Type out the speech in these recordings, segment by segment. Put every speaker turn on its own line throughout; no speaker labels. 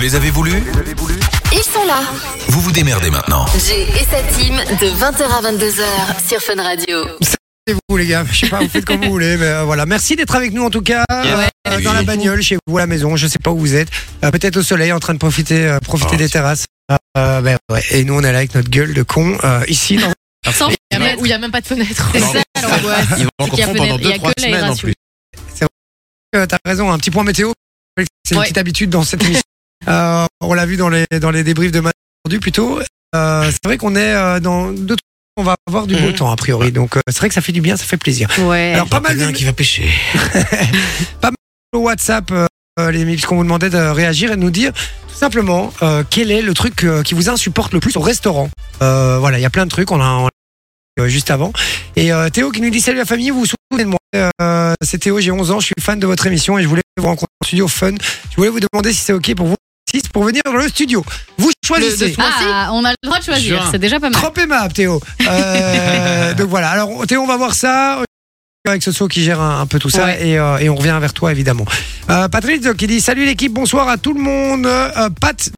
les avez voulus
Ils sont là.
Vous vous démerdez maintenant.
Jay et sa team de 20h à 22h sur Fun Radio.
C'est vous les gars, je sais pas, vous faites comme vous voulez, mais euh, voilà. Merci d'être avec nous en tout cas, euh, euh, dans la bagnole, chez vous à la maison, je sais pas où vous êtes, Euh, peut-être au soleil, en train de profiter, euh, profiter
Ah.
des terrasses. Euh, euh, ben ouais. Et nous on est là avec notre gueule de con euh, ici. dans-
Sans fenêtre. Où il n'y a même pas de fenêtre. C'est ça l'angoisse.
Ils vont en
qu'il y a
confondre pendant
fenêtre, il y a
2-3
que
semaines en
l'aération.
plus.
Euh, T'as raison, un petit point météo, c'est une
Ouais.
petite habitude dans cette émission. Euh, on l'a vu dans les dans les débriefs de matin aujourd'hui plutôt. Euh, c'est vrai qu'on est euh, dans deux trois jours, on va avoir du beau temps a priori, donc euh, c'est vrai que ça fait du bien, ça fait plaisir.
Ouais.
Alors pas mal de-
qui va pêcher.
au WhatsApp, euh, euh, les amis, puisqu'on vous demandait de réagir et de nous dire tout simplement euh, quel est le truc euh, qui vous insupporte le plus au restaurant. Euh, voilà, il y a plein de trucs, on a on l'a, euh, juste avant. Et euh, Théo qui nous dit Salut la famille, vous vous souvenez de moi Euh, C'est Théo, j'ai 11 ans, je suis fan de votre émission et je voulais vous rencontrer au studio Fun. Je voulais vous demander si c'est OK pour vous six, pour venir dans le studio. Vous choisissez.
Le- de- Ah, on a le droit de choisir,
Juin.
c'est déjà pas mal.
Trop aimable, Théo. Euh, donc voilà. Alors, Théo, on va voir ça. Avec Soso qui gère un, un peu tout ça et, euh, et on revient vers toi évidemment. Euh, Patrice euh, qui dit salut l'équipe, bonsoir à tout le monde. Euh, Pat,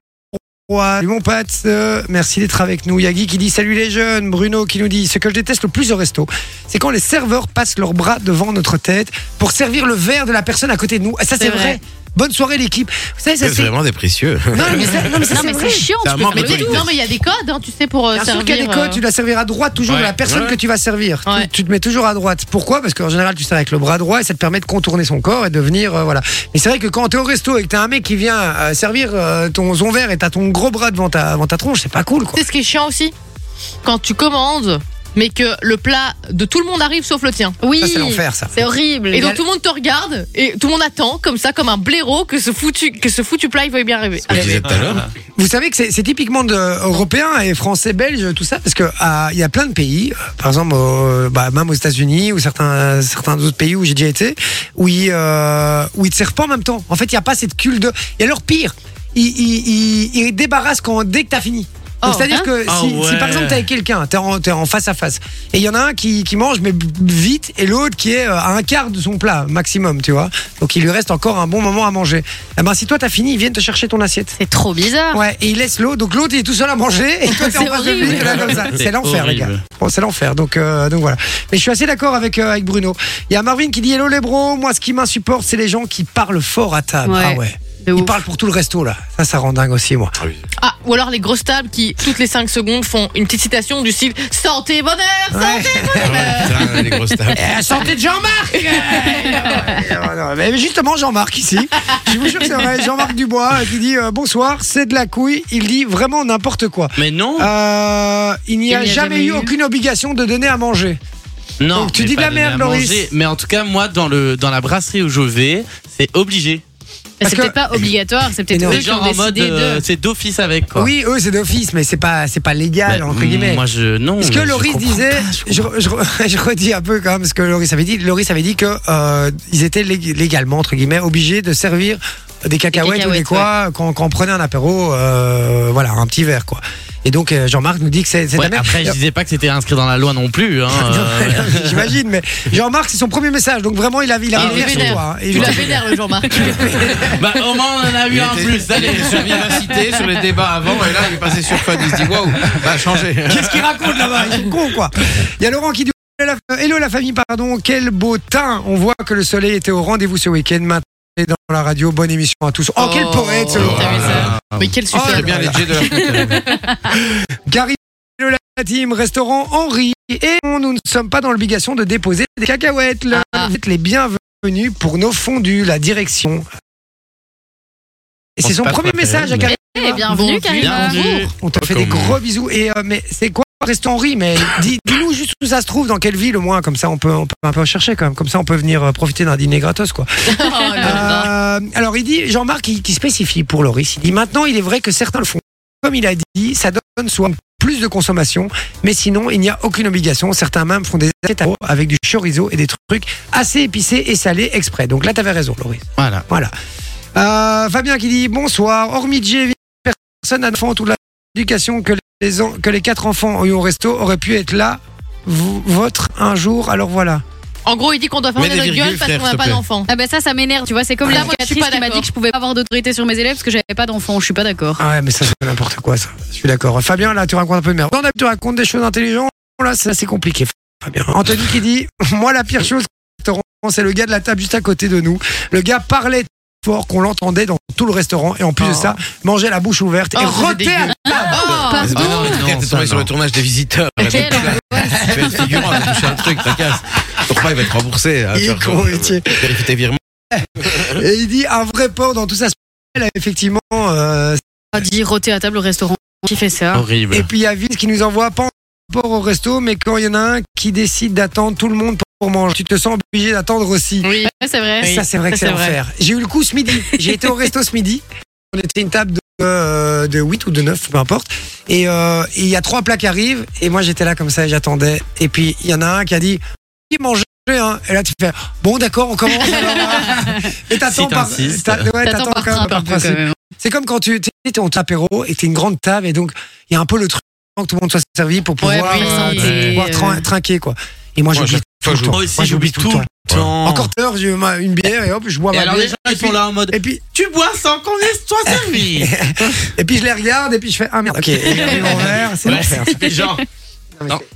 Roy, salut mon Pat, euh, merci d'être avec nous. Yagi qui dit salut les jeunes. Bruno qui nous dit ce que je déteste le plus au resto, c'est quand les serveurs passent leurs bras devant notre tête pour servir le verre de la personne à côté de nous. Ah, Ça c'est
C'est
vrai.
vrai.
Bonne soirée l'équipe. Vous savez, ça,
C'est
c'est-
vraiment des précieux.
Non mais ça- non, mais ça,
Non,
c'est
mais
vrai.
c'est chiant,
C'est
tu
un
peux
manque
faire
de
le tout.
politesse.
Non, mais il y a des codes, hein, tu sais, pour euh,
Bien sûr
servir.
qu'il y a des codes,
euh,
tu la serviras à droite toujours de la personne
ouais.
que tu vas servir. Tu-
Ouais.
Tu, te mets toujours à droite. Pourquoi Parce qu'en général, tu sers avec le bras droit et ça te permet de contourner son corps et de venir. euh, voilà. Mais c'est vrai que quand t'es au resto et que t'as un mec qui vient euh, servir euh, ton, son verre et t'as ton gros bras devant ta, devant ta tronche, c'est pas cool quoi.
Tu sais ce qui est chiant aussi Quand tu commandes, mais que le plat de tout le monde arrive sauf le tien.
Oui,
Ça, c'est l'enfer ça.
c'est horrible.
Et donc tout le monde te regarde et tout le monde attend comme ça, comme un blaireau, que ce foutu, que ce foutu plat il veuille bien arriver.
Je disais tout à l'heure.
Vous savez que c'est c'est typiquement de, européen et français, belge, tout ça, parce que ah, il y a plein de pays, euh, par exemple, euh, bah, même aux États-Unis ou certains certains autres pays où j'ai déjà été, où ils euh, où ils te servent pas en même temps. En fait, il y a pas cette cul de. Et alors pire, ils ils, ils, ils débarrassent quand dès que t'as fini. Donc,
Oh,
C'est-à-dire
hein
que si,
Ah
si,
ouais.
par exemple t'es avec quelqu'un, t'es en, t'es en face à face, et il y en a un qui, qui mange mais b- vite et l'autre qui est euh, à un quart de son plat maximum, tu vois, donc il lui reste encore un bon moment à manger. Eh ben si toi t'as fini, ils viennent te chercher ton assiette.
C'est trop bizarre.
Ouais, et il laisse l'eau, donc l'autre il est tout seul à manger, et toi t'es en
C'est
face de lui,
horrible.
t'es là comme ça. C'est
C'est
l'enfer, les gars.
horrible.
Bon, c'est l'enfer, donc, euh, donc voilà. Mais je suis assez d'accord avec, euh, avec Bruno. Il y a Marvin qui dit Hello les bros, moi ce qui m'insupporte, c'est les gens qui parlent fort à table.
Ouais,
ah ouais.
de
Ils
ouf.
parlent pour tout le resto, là. Ça, ça rend dingue aussi, moi.
Ah, ou alors les grosses tables qui, toutes les 5 secondes, font une petite citation du style Santé, bonheur, santé
Ah Putain, les grosses tables.
Eh, santé de Jean-Marc Euh, non, non, Mais justement, Jean-Marc ici, je vous jure que c'est vrai, Jean-Marc Dubois euh, qui dit euh, Bonsoir, c'est de la couille, il dit vraiment n'importe quoi.
Mais non,
Euh, il n'y a, jamais, eu aucune obligation de donner à manger.
non.
donc tu
mais
dis de
pas
la merde,
donner à
Loris.
manger. Mais en tout cas, moi, dans le dans la brasserie où je vais, c'est obligé.
Parce
C'est
que-
peut-être pas obligatoire, c'est peut-être
Et non.
eux
C'est
qui
genre
ont
en mode,
décidé
euh,
de.
c'est d'office avec quoi.
Oui, eux, c'est d'office, mais c'est pas, c'est pas légal,
Bah,
entre guillemets.
Moi, je non.
ce que
mais je
Loris
comprends
disait,
pas, je
je,
comprends
je- je redis un peu quand même ce que Loris avait dit. Loris avait dit que euh, ils étaient lég- légalement entre guillemets obligés de servir des cacahuètes, ou des
cacahuètes,
quoi quand, quand on prenait un apéro, euh, voilà, un petit verre quoi. Et donc euh, Jean-Marc nous dit que c'est c'est de la
pas. Ouais,
merde.
après, je
Euh,
disais pas que c'était inscrit dans la loi non plus. Hein, euh,
J'imagine, mais Jean-Marc, c'est son premier message, donc vraiment il a, il a
Ah,
mis le
il
verre
est
sur
vénère.
toi. hein. Et
Tu
il-
la vénères le Jean-Marc.
bah, au moins, on en a eu un plus. Allez,
sur Vivacité, sur les débats avant, et là, il est passé sur Fun. Il se dit, waouh, va changer.
Qu'est-ce qu'il raconte là-bas Ils sont cons, quoi. Il y a Laurent qui dit Hello la- Hello la famille, pardon, quel beau teint. On voit que le soleil était au rendez-vous ce week-end. Maintenant, il est dans la radio, bonne émission à tous. Oh, quel
Oh,
poète ce
t'as vu ça
Ah
Mais quel
Oh,
super.
j'ai
bien les jets de la
Gary, hello la team, restaurant Henri. Et on- nous ne sommes pas dans l'obligation de déposer des cacahuètes. là.
Ah.
Vous êtes les bienvenus pour nos fondus, la direction. Et c'est son
On se passe
premier
pas
message à
terrible.
Karima.
Eh, bienvenue,
Bon,
Karima.
bienvenue.
On te fait des
Comme-
gros bisous. Et euh, mais c'est quoi Reste Henri, mais dis- dis-nous juste où ça se trouve, dans quelle ville au moins, comme ça on peut, on peut un peu chercher quand même, comme ça on peut venir euh, profiter d'un dîner gratos quoi.
Oh, là, là.
Euh, alors il dit, Jean-Marc qui, qui spécifie pour Loris, il dit maintenant il est vrai que certains le font. Comme il a dit, ça donne soit plus de consommation, mais sinon il n'y a aucune obligation. Certains même font des assiettes à eau avec du chorizo et des trucs assez épicés et salés exprès. Donc là t'avais raison Loris.
Voilà.
Voilà. Euh, Fabien qui dit bonsoir. Hormis Jay, personne n'a d'enfant ou de l'éducation que les, en- que les quatre enfants ont eu au resto aurait pu être là, vous- votre un jour. Alors voilà.
En gros, il dit qu'on doit
Mets
fermer
des
notre
virgules,
gueule parce
frère,
qu'on n'a
s'il te
pas
plaît.
d'enfant.
Ah ben ça, ça m'énerve. Tu vois, c'est comme
Là,
la
Ah, moi, je suis
l'éducatrice
pas
qui m'a dit
d'accord.
que je pouvais pas avoir d'autorité sur mes élèves parce que j'avais pas d'enfant. Je suis pas d'accord.
Ah ouais, mais ça, c'est n'importe quoi, ça. Je suis d'accord. Fabien, là, tu racontes un peu de merde. Non, là, tu racontes des choses intelligentes. Là, c'est c'est compliqué, Fabien. Anthony qui dit Moi, la pire chose au restaurant, c'est le gars de la table juste à côté de nous. Le gars parlait fort qu'on l'entendait dans tout le restaurant et en plus de ça, mangeait la bouche ouverte et
Oh, c'est
rotait à
dégueu.
Oh,
Ah non, mais
Non,
frère, t'es
ça,
tombé sur
non.
le tournage des visiteurs. Tu
Quelle
fais le figurant, il va toucher un truc, ta casse. Pourquoi il va être remboursé hein,
Il est
genre,
con, Etier.
Vérifie tes virements.
Et il dit un vrai porc dans tout ça. Là, effectivement. euh,
On dit roter à table au restaurant. Qui fait ça
Horrible.
et puis il y a Vince qui nous envoie pas en rapport au resto, mais quand il y en a un qui décide d'attendre tout le monde pour manger, tu te sens obligé d'attendre aussi.
Oui.
Ouais, c'est vrai.
ça, c'est vrai que
ça,
c'est
c'est vrai.
l'enfer. J'ai eu le coup ce midi. J'ai été au resto ce midi. On était une table de, euh, de 8 ou de 9, peu importe. Et euh, et il y a trois plats qui arrivent. Et moi, j'étais là comme ça et j'attendais. Et puis, il y en a un qui a dit Il mangeait. Hein. Et là, tu fais Bon, d'accord, on commence. alors, hein. Et t'attends
Si
par.
t'insistes.
t'a- ouais,
T'attends par
quand même
trappe un
par
peu quand
principe.
même.
C'est comme quand tu es ton apéro et t'es une grande table. Et donc, il y a un peu le truc que tout le monde soit servi pour pouvoir,
Ouais,
oui,
euh,
santé,
pouvoir trin-
euh.
trinquer. Quoi. Et moi,
Moi, à
j'oublie tout
chaque fois,
le
je-
temps.
Moi aussi,
Moi,
j'oublie tout le temps.
Encore tout à l'heure, j'ai eu ma- une bière et hop, je bois
Et
ma
alors,
bière.
les gens, ils sont là en mode.
Et puis,
Tu bois sans qu'on ait toi servi.
et puis je les regarde et puis je fais ah merde ok Et j'ai pris mon verre, c'est
Ouais,
l'enfer
c'est des gens.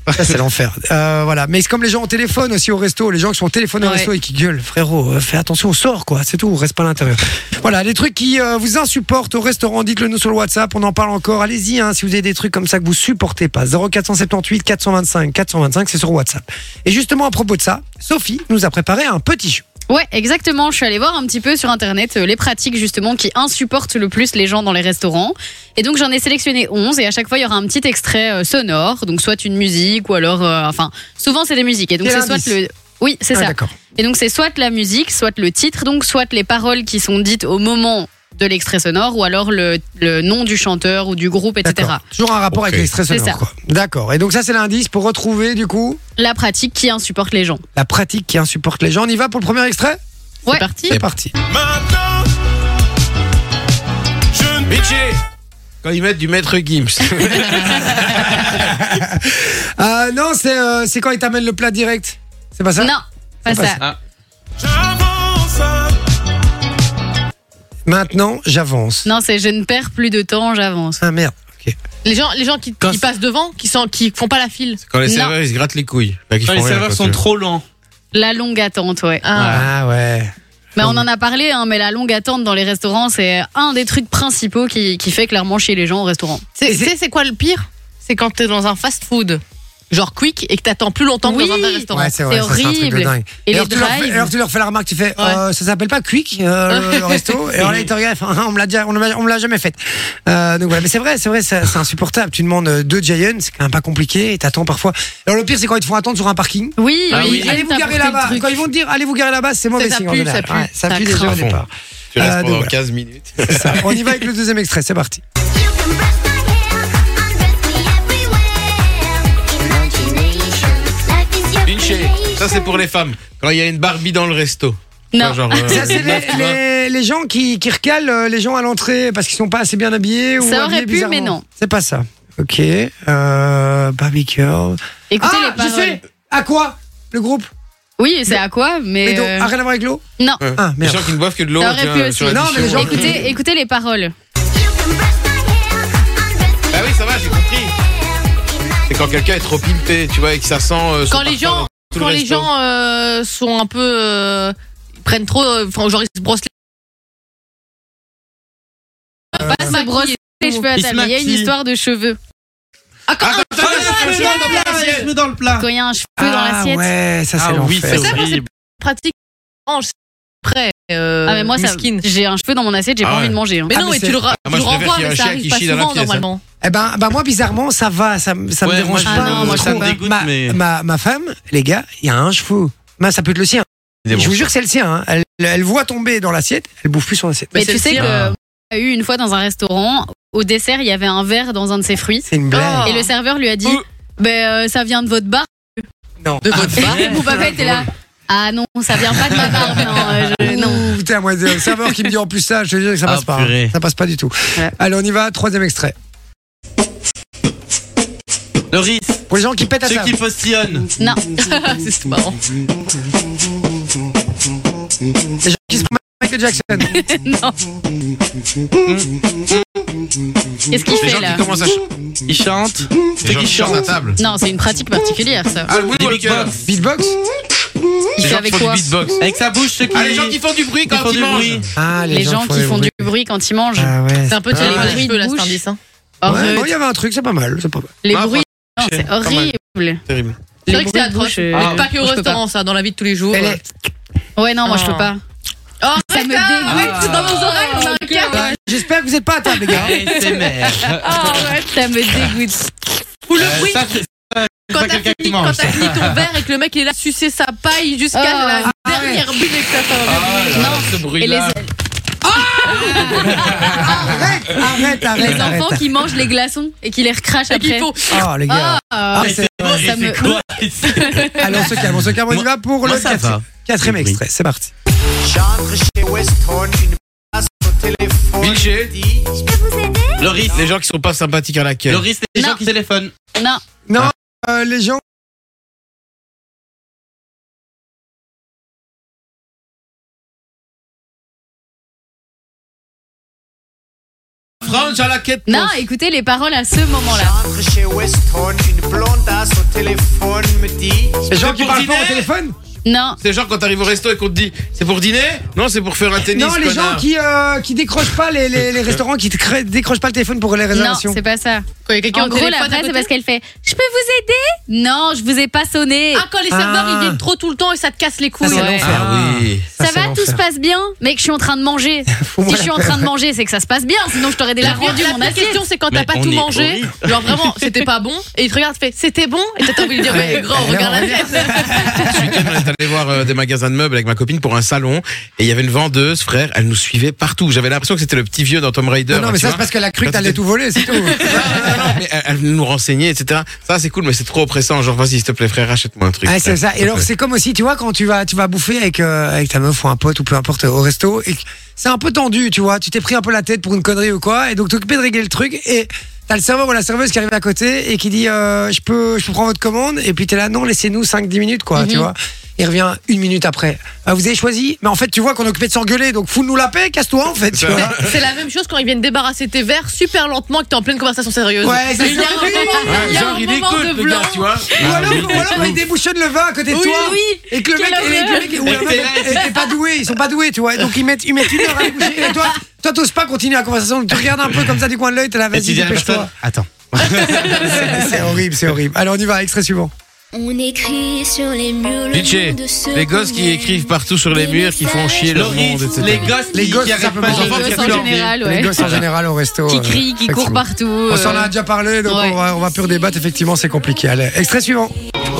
ça c'est l'enfer Euh, voilà mais c'est comme les gens au téléphone aussi au resto les gens qui sont au téléphone au
Ouais.
resto et qui gueulent frérot euh, fais attention on sort quoi c'est tout on reste pas à l'intérieur voilà les trucs qui euh, vous insupportent au restaurant dites-le nous sur le WhatsApp on en parle encore allez-y hein, si vous avez des trucs comme ça que vous supportez pas 0478 425 425 c'est sur WhatsApp et justement à propos de ça Sophie nous a préparé un petit jeu
Ouais, exactement. Je suis allée voir un petit peu sur internet euh, les pratiques justement qui insupportent le plus les gens dans les restaurants. Et donc j'en ai sélectionné 11 et à chaque fois il y aura un petit extrait euh, sonore, donc soit une musique ou alors euh, enfin souvent c'est des musiques et donc
Et
c'est
l'indice.
soit le Oui, c'est
Ah,
ça.
d'accord
Et donc c'est soit la musique, soit le titre, donc soit les paroles qui sont dites au moment de l'extrait sonore ou alors le, le nom du chanteur ou du groupe, etc.
D'accord. toujours un rapport
Ok.
avec l'extrait
C'est
sonore
ça.
quoi. d'accord et donc ça c'est l'indice pour retrouver du coup
La pratique qui insupporte les gens.
la pratique qui insupporte les gens. On y va pour le premier extrait
Ouais.
parti.
C'est parti.
Maintenant, je ne bitché. Quand ils mettent du maître Gims.
Euh, non, c'est euh, c'est quand ils t'amènent le plat direct. C'est pas ça
non, pas
passe.
ça.
J'avance.
Maintenant, j'avance.
Non, c'est je ne perds plus de temps, j'avance.
Ah merde. Ok.
Les gens, les gens qui,
Quand
qui
c'est-
passent devant, qui, sont, qui font pas la file.
Quand les
Non.
serveurs, ils se grattent les couilles. Là, qu'ils
Quand
font
les
rien,
serveurs
quoi,
sont
tu
trop lents.
La longue attente, ouais.
Ah.
Ah ouais.
Mais on en a parlé, hein, mais la longue attente dans les restaurants, c'est un des trucs principaux qui, qui fait clairement chier les gens au restaurant.
C'est- Tu sais, c'est quoi le pire C'est quand t'es dans un fast-food, genre quick, et que t'attends plus longtemps
Oui.
que dans un vrai restaurant.
Ouais, c'est vrai,
c'est
ça, c'est un truc de
horrible.
dingue.
Et les
alors, tu leur fais,
drives.
alors, tu leur fais la remarque, tu fais euh, ça s'appelle pas Quick, euh, le, le resto. Et alors là, ils te regardent, enfin, Ah, on me l'a déjà- on me l'a on me l'a jamais faite. Euh, donc voilà, mais c'est vrai, c'est vrai, c'est c'est insupportable. Tu demandes euh, deux Giants, c'est quand même pas compliqué, et t'attends parfois. Alors le pire, c'est quand ils te font attendre sur un parking.
Bah Oui,
Ah
mais
oui.
ils viennent
Allez vous garer
t'apporter
là-bas.
le truc.
Quand ils vont te dire, allez vous garer là-bas, c'est mauvais
ça
signe. en
pue,
général.
ça pue.
Ouais, ça
Ça
pue déjà
craint.
au
À fond.
départ.
vois. Tu restes
Ah, donc
pendant
voilà.
15 minutes.
Ça, On y va avec le deuxième extrait, c'est parti.
You can brush my hair, undress me everywhere. Imagination, life is your
Vinci. Ça, c'est pour
creation.
les femmes. Quand il y a une Barbie dans le resto.
Non.
Quand, genre, euh,
Ça, c'est
une meuf, tu
les,
vois.
les- les gens qui, qui recalent euh, les gens à l'entrée parce qu'ils sont pas assez bien habillés. ou
Ça aurait
habillés
pu, mais
bizarrement.
non.
C'est pas ça. Ok. Euh, Barbie Girl.
Écoutez
ah,
les
je
paroles.
sais À quoi Le groupe
Oui, c'est à quoi, mais.
Mais donc,
euh,
ah, rien à voir avec l'eau
Non.
Ouais.
Ah,
Les
merde.
gens qui ne boivent que de l'eau.
Ça aurait
tiens, euh,
pu aussi.
sur la hein.
Non, mais les
discussion.
gens-
Écoutez, écoutez les paroles.
You can brush my hair, undress me
Bah oui, ça va, j'ai compris. C'est quand quelqu'un est trop pimpé, tu vois, et que ça sent. euh, son
Quand les
parfum
gens-
dans tout le
Quand les
resto.
gens euh, sont un peu. euh, prennent trop. euh, Enfin, genre, ils se brossent les. Pas se
Se brosser les cheveux à
Il se
table. Il y a une
maquille.
histoire de cheveux.
Ah, quand-
Ah, t'as- t'as- t'as- t'as- t'as- t'as- t'as- t'as- t'as-
Je mets dans le plat.
Quand il y a un cheveu dans
Ah
l'assiette.
ouais, ça c'est
Ah oui,
l'enfer.
ça,
c'est
moi, c'est
horrible.
pratique euh, orange près
Ah, mais moi, ça.
Skin.
J'ai un cheveu dans mon assiette, j'ai
Ah
pas
ouais.
envie de manger. hein.
Mais
Ah,
non,
mais
mais
c'est-
tu le, ra-
Ah, moi,
tu le
je préfère
renvoies,
qu'il y ait
mais
un
ça
chien
arrive
qui
pas
chie dans la
souvent
pièce, hein.
normalement.
Eh ben, bah moi bizarrement ça va, ça, me- ça me
Ouais,
dérange
moi,
je-
pas.
Ah non, moi, je
trop.
sais pas.
dégoûte,
ma,
mais-
ma, ma femme, les gars, il y a un cheveu. Bah, ça peut être le sien.
Il est bon.
Je vous jure, c'est le sien. hein. Elle, elle voit tomber dans l'assiette, elle bouffe plus son assiette.
Mais
c'est
tu
le
sais
pire.
que. euh, J'ai eu une fois dans un restaurant, au dessert, il y avait un verre dans un de ses fruits.
C'est une
Ah.
blague.
Et le serveur lui a dit
Oh.
Euh.
Ben, euh, ça vient de votre bar.
Non.
De votre part.
Et mon papa était là. Ah non, ça vient pas de ma barbe. Non, euh, je- non.
Ouh, Ah. putain, moi, le serveur qui me dit en plus ça, je te dis que ça
Ah,
passe pas.
purée.
hein. Ça passe pas du tout.
Ouais.
Allez, on y va, troisième extrait.
Loris,
Pour les gens qui pètent à
ceux
ça.
qui postillonnent.
Non.
C'est marrant.
Les gens qui se promènent avec Michael Jackson.
non. Qu'est-ce qu'il
Les
fait
gens
là
qui commencent à ch-
Ils chantent.
les
Ceux
gens
qui
qui chantent à
chantent.
table.
Non, c'est une pratique particulière ça.
Ah, le bruit
Des
dans le cœur.
beatbox.
Beatbox
Il
Les
fait
gens qui
avec
font du
quoi
beatbox.
Avec sa bouche, ceux qui.
Ah, les gens qui font du bruit
qui
quand
font
ils
du
mangent.
bruit.
Ah,
Les gens qui font du bruit quand ils mangent.
Ah ouais.
C'est un peu
Ah,
terrible.
ouais.
Je peux là, c'est un
Bouche.
dessin.
Ouais,
Horrible.
bon, il y avait un truc, c'est pas mal, c'est pas mal.
Les
Ah,
bruits. Non, c'est
pas mal.
horrible.
Terrible.
C'est
Les
vrai que c'est
bruits de
atroce.
bouche, euh,
Mais
ah,
pas que au
je peux
restaurant, ça, dans la vie de tous les jours.
Elle
Euh,
est-
Ouais, non, moi je peux
Ah.
pas.
Oh,
Ça me dégoûte.
c'est dans nos
Ah.
oreilles, on a un câble.
Bah, J'espère que vous n'êtes pas à table, les gars.
ASMR.
Ah ouais, ça me dégoûte.
Ou le
Euh,
bruit
ça, c'est-
quand
pas
t'as
quelqu'un
fini,
qui
quand
mange.
t'as fini ton verre et que le mec il est là sucer sa paille jusqu'à
Ah.
la dernière bulle et que ça sort.
Ah, Non, ce
Et les,
bruit-là.
Arrête, arrête, arrête.
les enfants
arrête.
qui mangent les glaçons et qui les recrachent
Et qu'il
après.
faut.
Oh, les gars. Ah,
Ah, euh,
c'est-
Et
ça me-
c'est quoi C'est-
Allez, on se calme, on se calme, on y
Moi-
va pour
moi,
le
ça
quatrième,
va.
quatrième
Oui.
extrait. C'est parti.
J'entre chez Weston, une passe au téléphone.
Michel.
dit
Loris,
Les gens qui sont pas sympathiques à la queue.
Loris, les
Non.
gens qui téléphonent.
non,
Non,
Ah.
euh, les gens.
Frange à la quête.
non, écoutez les paroles à ce moment-là.
J'entre chez Weston, une blonde asse au téléphone me dit
Les gens
C'est
qui
pour
parlent pas au
dîner
téléphone
Non,
C'est genre quand t'arrives au resto et qu'on te dit c'est pour dîner Non, c'est pour faire un tennis.
Non, les gens
connard.
qui, euh, qui décrochent pas les, les, les restaurants, qui cré- décrochent pas le téléphone pour les
non,
réservations.
c'est pas ça.
Quand il y a quelqu'un
En
au
gros, la
téléphone à
phrase, c'est
côté.
parce qu'elle fait Je peux vous aider Non, je vous ai pas sonné.
Ah, quand les serveurs
Ah.
ils viennent trop tout le temps et ça te casse les couilles.
c'est
Ouais.
l'enfer. Ah
oui.
Ça,
c'est
va, tout se
l'enfer.
passe bien Mais que je suis en train de manger. si je suis en train de manger, c'est que ça se passe bien, sinon je t'aurais déjà
La, la,
rendu mon
vraie
assiette.
question c'est quand t'as
Mais
pas
on
tout
est
mangé,
horrible.
genre vraiment c'était pas bon et il te regarde fait c'était bon et t'as envie de lui dire mais grand regarde la tête.
Ce week-end, on est allé voir euh, des magasins de meubles avec ma copine pour un salon et il y avait une vendeuse, frère, elle nous suivait partout. J'avais l'impression que c'était le petit vieux dans Tomb Raider.
Non, non, mais
Bah, tu
ça,
vois.
c'est parce qu'elle a cru que
Quand
t'allais
t'étais-
tout voler, c'est tout.
Non, non, mais elle, elle nous renseignait, etc. Ça, c'est cool, mais c'est trop oppressant. Genre, vas-y, s'il te plaît, frère, achète-moi un truc.
Ah, c'est
frère,
ça.
s'il te
Et alors,
plaît.
c'est comme aussi, tu vois, quand tu vas, tu vas bouffer avec, euh, avec ta meuf ou un pote ou peu importe au resto, et que c'est un peu tendu, tu vois. Tu t'es pris un peu la tête pour une connerie ou quoi, et donc t'es occupé de régler le truc, et t'as le serveur ou la serveuse qui arrive à côté et qui dit euh, Je peux, je peux prendre votre commande, et puis t'es là, non, laissez-nous 5-10 minutes, quoi, tu vois. Il revient une minute après. Ah, vous avez choisi Mais en fait, tu vois qu'on est occupé de s'engueuler, donc fous-nous la paix, casse-toi, en fait, tu vois.
C'est la même chose quand ils viennent débarrasser tes verres super lentement et que t'es en pleine conversation sérieuse.
Ouais, c'est
Il y a un
ça.
moment-
Ouais,
il y a un
genre, il
moment
écoute,
de
le gars,
blanc.
tu vois.
Ah,
Ah,
Ou alors, ou alors, il débouchonne le vin à côté de
Oui,
toi.
oui.
Et que le mec,
Quelle
et que le
horreur.
mec- ou la meuf, elle- elle est pas doué, ils sont pas doués, tu vois. Et Donc ils mettent, ils mettent une heure à déboucher. Et toi, toi, t'oses pas continuer la conversation. Tu regardes un peu comme ça du coin de l'œil, t'es là,
Et tu
vas-y,
dis à la
dépêche-toi.
personne, Attends.
C'est c'est horrible, c'est horrible. Allez, on y va, extrait suivant.
On écrit sur les murs
Vinci, les gosses qui écrivent partout sur les murs, qui font chier le monde,
Loris,
etc.
les gosses,
Les
qui-
gosses,
qui arrêtent
simplement.
pas
Les
Ah, Les
d'enfants qui
gosses en
appuient leur-
général,
Les
ouais.
gosses en général au resto.
Qui
euh,
crient, qui courent
effectivement.
partout.
On s'en
euh,
a déjà parlé, donc
Ouais.
on, va, on va plus redébattre, effectivement, c'est compliqué. Allez, extrait suivant.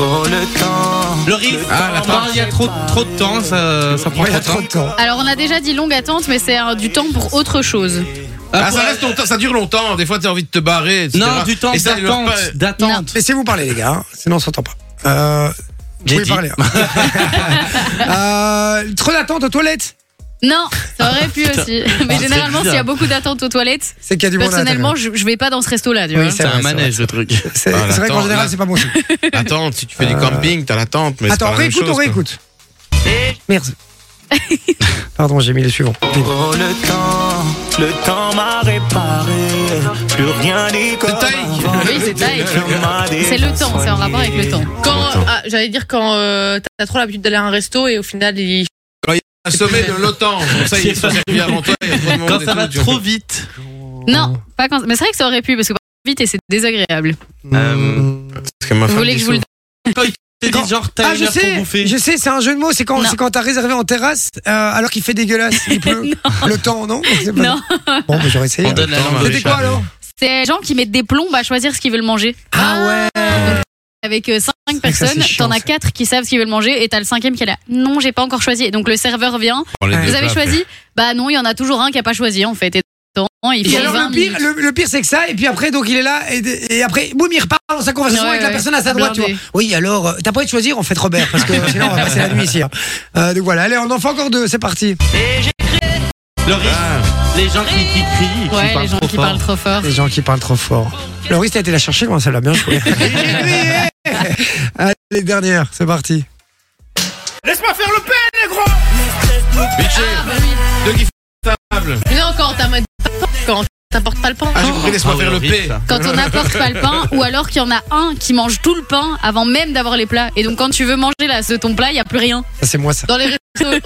Oh le temps
Loris,
Ah, la
on parle il y a trop, trop de temps, ça, ça prend
Ouais, il y a
trop
trop
de
de
temps.
temps.
Alors on a déjà dit longue attente, mais c'est euh, du temps pour autre chose.
Ah, ça reste longtemps, ça dure longtemps. Des fois, t'as envie de te barrer, etc.
Non, du temps
Et ça, ils leur
d'attente.
pas-
D'attente.
Laissez-vous parler, les gars, hein, sinon on s'entend pas. Euh, vous
J'ai
pouvez
dit.
parler. hein. Euh, trop d'attente aux toilettes.
Non, ça aurait pu aussi. Mais
c'est
généralement,
bizarre.
s'il y a beaucoup d'attentes aux toilettes,
C'est qu'il y a du monde à l'intérieur.
personnellement, je, je vais pas dans ce resto-là, tu vois.
Oui,
C'est
vrai,
Hein,
c'est
un
vrai,
manège, le truc.
C'est
Ah,
c'est vrai qu'en
l'attente,
général,
là.
c'est pas bon signe.
La tente, si tu fais du camping, t'as la tente, mais c'est
Euh. Attends,
pas la même
réécoute,
chose,
on
quoi.
réécoute. Merde. Pardon, j'ai mis le suivant.
Oh le temps, le temps m'a réparé, plus rien n'est comme
Taïk.
avant.
Oui, c'est Taïk.
Je m'a
C'est le temps, c'est en rapport avec le temps.
Quand ah, j'allais dire quand euh, t'as trop l'habitude d'aller à un resto et au final il
Un sommet de l'OTAN. Comme ça, ils
C'est
sont
ça.
servis avant toi. il y a trop de monde
Quand
et
ça
tout,
va
tu
trop
vois.
vite.
Non, pas quand. Mais c'est vrai que ça aurait pu parce que vite et c'est désagréable.
Euh,
Parce que ma
Vous
femme
voulez
dit
que je vous le
souvent.
T'es dit genre, t'as
Ah,
une
je
heure pour
sais,
bouffer.
je sais, c'est un jeu de mots, c'est quand,
Non.
c'est quand t'as réservé en terrasse euh, alors qu'il fait dégueulasse, il pleut. Le temps, non C'est pas-
Non,
Bon, mais j'aurais essayé.
On donne la
Attends,
langue.
mais-
C'était quoi
Richard.
alors
c'est les gens qui mettent des plombes à choisir ce qu'ils veulent manger.
Ah ouais
Avec 5
vrai que ça, c'est
personnes,
chiant,
t'en as
ça.
4 qui savent ce qu'ils veulent manger et t'as le cinquième qui est là. Non, j'ai pas encore choisi. Et donc le serveur vient.
Prends les
Vous
deux
Vous avez
plats,
choisi Bah non, il y en a toujours un qui a pas choisi en fait. Et tant, il
Et
faut
alors
20
le pire,
minutes.
le, le pire c'est que ça, et puis après donc il est là, et, et après boum il repart dans sa conversation
Ouais,
avec la
ouais.
personne à sa droite, tu vois.
Blindé.
Oui alors, euh, t'as pas envie de choisir en fait Robert, parce que sinon on va passer la nuit ici. hein. Euh, donc voilà, allez on en fait encore deux, c'est parti.
Le risque, les gens qui, qui crient,
Ouais,
qui parlent
les gens
trop
qui
fort.
parlent trop fort.
Les gens qui parlent trop fort. Laurie, t'as été la chercher, comment ça l'a bien joué. Allez, dernière, c'est parti.
Bitché, de Guy Fable.
Mais non, quand t'as- quand t'apportes pas le pain.
Ah, j'ai compris, laisse-moi
Ah oui,
faire le
horrible,
P.
ça.
Quand on n'apporte pas le pain, ou alors qu'il y en a un qui mange tout le pain avant même d'avoir les plats. Et donc quand tu veux manger là, ce ton plat, il n'y a plus rien.
Ça, c'est moi, ça.
Dans les restos,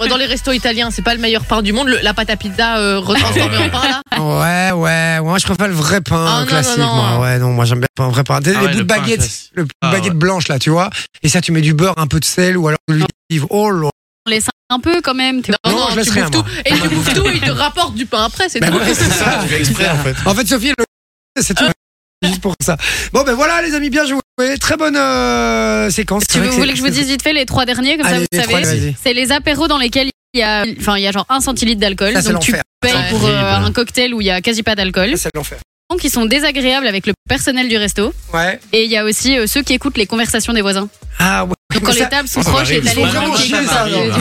euh, dans les restos italiens, c'est pas le meilleur pain du monde. le- la pâte à pizza euh, retransformée en pain là.
Ouais, ouais, moi je préfère le vrai pain
Ah,
euh,
non,
classique.
non, non.
moi. Ouais, non, moi j'aime bien le pain, vrai pain. Des- les
Ah ouais,
bouts de
le pain
baguette,
classique.
le bout de
Ah
baguette blanche là, tu vois. Et ça, tu mets du beurre, un peu de sel ou alors de l'huile. Oh là.
On laisse un peu quand même. t'es-
Non, je laisse
tu
rien,
bouffes tout.
moi.
Et tu bouffes tout et ils te rapportent du pain après, c'est tout.
C'est ça, tu fais exprès en fait.
En fait, Sophie, elle le- c'est une juste pour ça. Bon, ben voilà, les amis, bien joué. Très bonne euh, séquence. C'est
Tu veux,
vrai
vous
c'est-
voulez que je vous dise vite fait les trois derniers comme
Allez,
ça
les
vous
trois,
savez
vas-y.
C'est les apéros dans lesquels il y a, enfin il y a genre un centilitre d'alcool,
Ça, c'est
donc tu
l'enfer.
payes
Ouais.
pour euh,
Horrible.
un cocktail où il y a quasi pas d'alcool.
Ça, C'est l'enfer.
Qui sont désagréables avec le personnel du resto.
Ouais.
Et il y a aussi euh, ceux qui écoutent les conversations des voisins.
Ah ouais.
Donc quand
Ça-
les tables sont
ça
proches et
m'arrive.
t'as
Ils
les
font
gens
vraiment
qui
chier,
écoutent.
ça,
euh,
alors.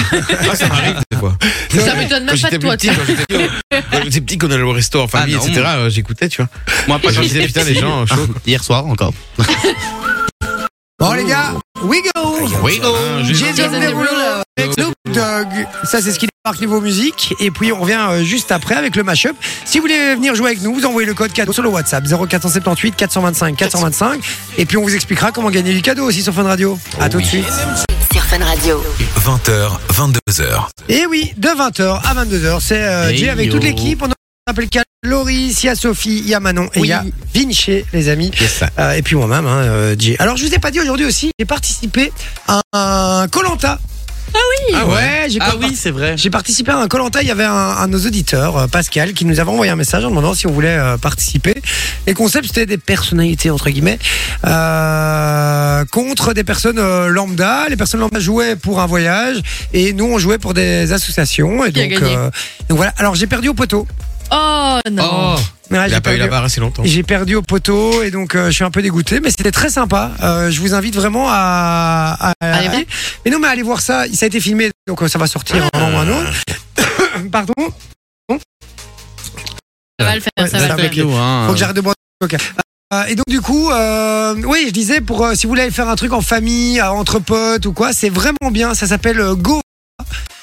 Ah, ça m'arrive des fois.
Ça m'étonne
Quand
même pas de
j'étais
toi.
petit, quand j'étais- quand j'étais petit, qu'on allait au resto en famille,
Ah non.
etc., euh, j'écoutais, tu vois.
Moi,
Et je me disais, putain, les gens, chaud.
Hier soir encore.
Bon, les gars, we go.
Oui, go.
Ah, j'ai-
Jason
Jason
Derulo
Derulo.
avec Snoop Dogg. Ça, c'est ce qui démarque niveau musique. Et puis, on revient euh, juste après avec le mashup. Si vous voulez venir jouer avec nous, vous envoyez le code cadeau sur le WhatsApp 0478 425 425. Et puis, on vous expliquera comment gagner du cadeau aussi sur Fun Radio. À tout de suite.
sur Fun Radio.
20h, 22h.
Et oui, de 20h à 22h, c'est euh,
Hey
Jay avec
yo.
toute l'équipe. On appelle qu'à Loris, il y a Sophie, il y a Manon et il y a Vinci, les amis.
Yes, ça.
Euh, et puis moi-même, hein, euh, Jay. Alors, je vous ai pas dit aujourd'hui aussi, j'ai participé à un Colanta.
Ah
ouais,
ouais.
j'ai
Ah
comme
oui, c'est vrai.
J'ai participé à un Colanta. Il y avait un, un de nos auditeurs, euh, Pascal, qui nous avait envoyé un message en demandant si on voulait euh, participer. Les concepts, c'était des personnalités, entre guillemets, euh, contre des personnes euh, lambda. Les personnes lambda jouaient pour un voyage et nous, on jouait pour des associations. Et
Qui a
donc, euh,
gagné
donc voilà. Alors, j'ai perdu au poteau.
Oh non.
Oh,
Ouais,
il
ah, j'ai
a pas eu
perdu-
la barre assez longtemps.
j'ai perdu au poteau et donc euh, je suis un peu dégoûté, mais c'était très sympa. Euh, je vous invite vraiment à, à-
Allez voir.
Mais non, mais allez voir ça. Ça a été filmé, donc euh, ça va sortir un moment ou un autre. Pardon.
Ça va le faire, ça va le
ça
faire.
avec Faut que j'arrête de boire. Ok. Euh, Et donc du coup, euh, oui, je disais pour euh, si vous voulez aller faire un truc en famille, euh, entre potes ou quoi, c'est vraiment bien. Ça s'appelle euh, Go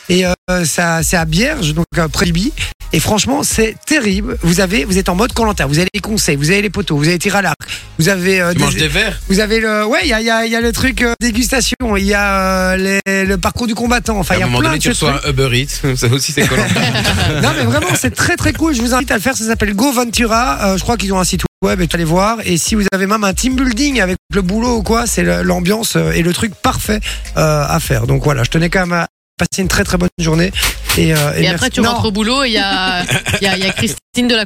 et euh, ça c'est à Bierge, donc euh, près de Libye. Et franchement, c'est terrible. Vous avez, vous êtes en mode Colanta. Vous avez les conseils, vous avez les poteaux, vous avez les tirs à l'arc, vous avez, euh,
Tu
des-
manges des verres
vous avez le, ouais, il y a, il y a- il y a le truc euh, dégustation, il y a euh, les- le parcours du combattant. Enfin,
À
il y
un
a
moment
plein
donné,
de
tu
trucs.
reçois un Uber Eats. Ça aussi, c'est collant.
Non mais vraiment c'est très très cool, je vous invite à le faire, ça s'appelle Go Ventura, Euh, je crois qu'ils ont un site web et tu allez voir et si vous avez même un team building avec le boulot ou quoi, c'est le- l'ambiance euh, et le truc parfait euh, à faire. Donc voilà, je tenais quand même à passer une très très bonne journée et, euh, et
Et
merci.
après, tu
Non,
rentres au boulot et il y a, il y, a, il y a Christine de la.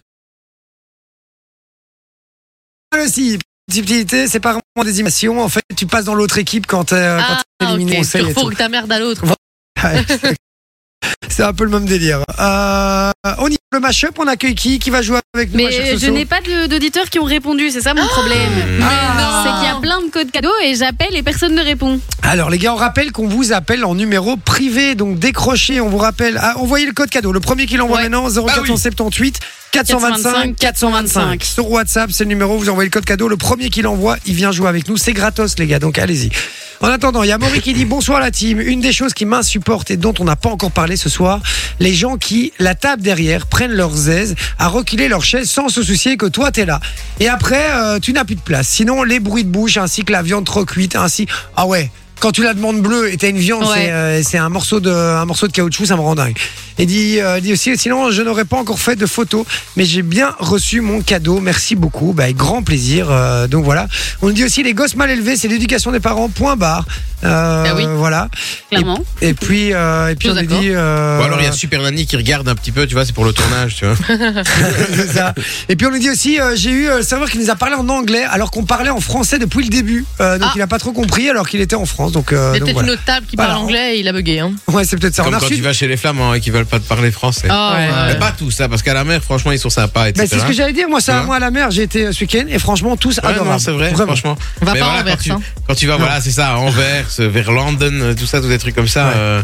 le si subtilité, c'est pas vraiment des imitations, en fait, tu passes dans l'autre équipe quand t'es euh, quand
Ah,
t'es
ok.
éliminé, on sait
Tu
et tout.
refourgues ta merde à l'autre.
Ouais, c'est- C'est un peu le même délire. Euh, on y va le mashup, on accueille qui Qui va jouer avec nous ma chère
Mais je
Soso
n'ai pas de- d'auditeurs qui ont répondu, c'est ça mon problème. C'est qu'il y a plein de codes cadeaux et j'appelle et personne ne répond.
Alors les gars, on rappelle qu'on vous appelle en numéro privé, donc décrochez, on vous rappelle, ah, envoyez le code cadeau. Le premier qui l'envoie
Ouais.
maintenant, 0478 425 425. Sur WhatsApp, c'est le numéro, vous envoyez le code cadeau. Le premier qui l'envoie, il vient jouer avec nous. C'est gratos les gars, donc allez-y. En attendant, il y a Maury qui dit bonsoir la team. Une des choses qui m'insupporte et dont on n'a pas encore parlé ce soir, les gens qui, la table derrière, prennent leurs aises à reculer leur chaise sans se soucier que toi t'es là. Et après, euh, tu n'as plus de place. Sinon, les bruits de bouche ainsi que la viande trop cuite, ainsi. Ah ouais. Quand tu la demandes bleue et t'as une viande,
Ouais.
c'est, euh, c'est un morceau de un morceau de caoutchouc, ça me rend dingue. Et dit, euh, dit aussi, sinon je n'aurais pas encore fait de photos, mais j'ai bien reçu mon cadeau. Merci beaucoup, bah, avec grand plaisir. Euh, donc voilà. On nous dit aussi les gosses mal élevés, c'est l'éducation des parents. Point barre. Euh,
Ah oui.
Voilà.
Clairement.
Et puis euh, et puis on nous
Je suis d'accord.
dit. euh,
Ou alors, il y a Super Nanny qui regarde un petit peu, tu vois, c'est pour le tournage, tu vois.
C'est ça. Et puis on nous dit aussi, euh, j'ai eu euh, le serveur qui nous a parlé en anglais alors qu'on parlait en français depuis le début. Euh, donc
Ah.
il n'a pas trop compris alors qu'il était en France. Donc, euh,
Il y
donc
a peut-être
voilà.
une autre table qui
Voilà.
parle anglais et il a bugué. Hein.
Ouais, c'est peut-être ça.
Comme
on a
quand
reçu-
tu vas chez les Flamands et qu'ils veulent pas te parler français.
Ah, ouais.
Mais pas tous, ça, parce qu'à la mer, franchement, ils sont sympas,
Bah,
etc.
c'est ce que j'allais dire. Moi, ça,
Ouais.
moi à la mer, j'ai été euh, ce week-end et franchement, tous
Ouais,
adorables.
non, c'est vrai,
Vraiment.
franchement.
On va
Mais
pas
voilà,
en
quand,
Anvers.
tu,
hein.
quand tu vas, voilà, c'est ça, à Anvers, euh, vers London, euh, tout ça, tous des trucs comme ça.
Ouais.
euh,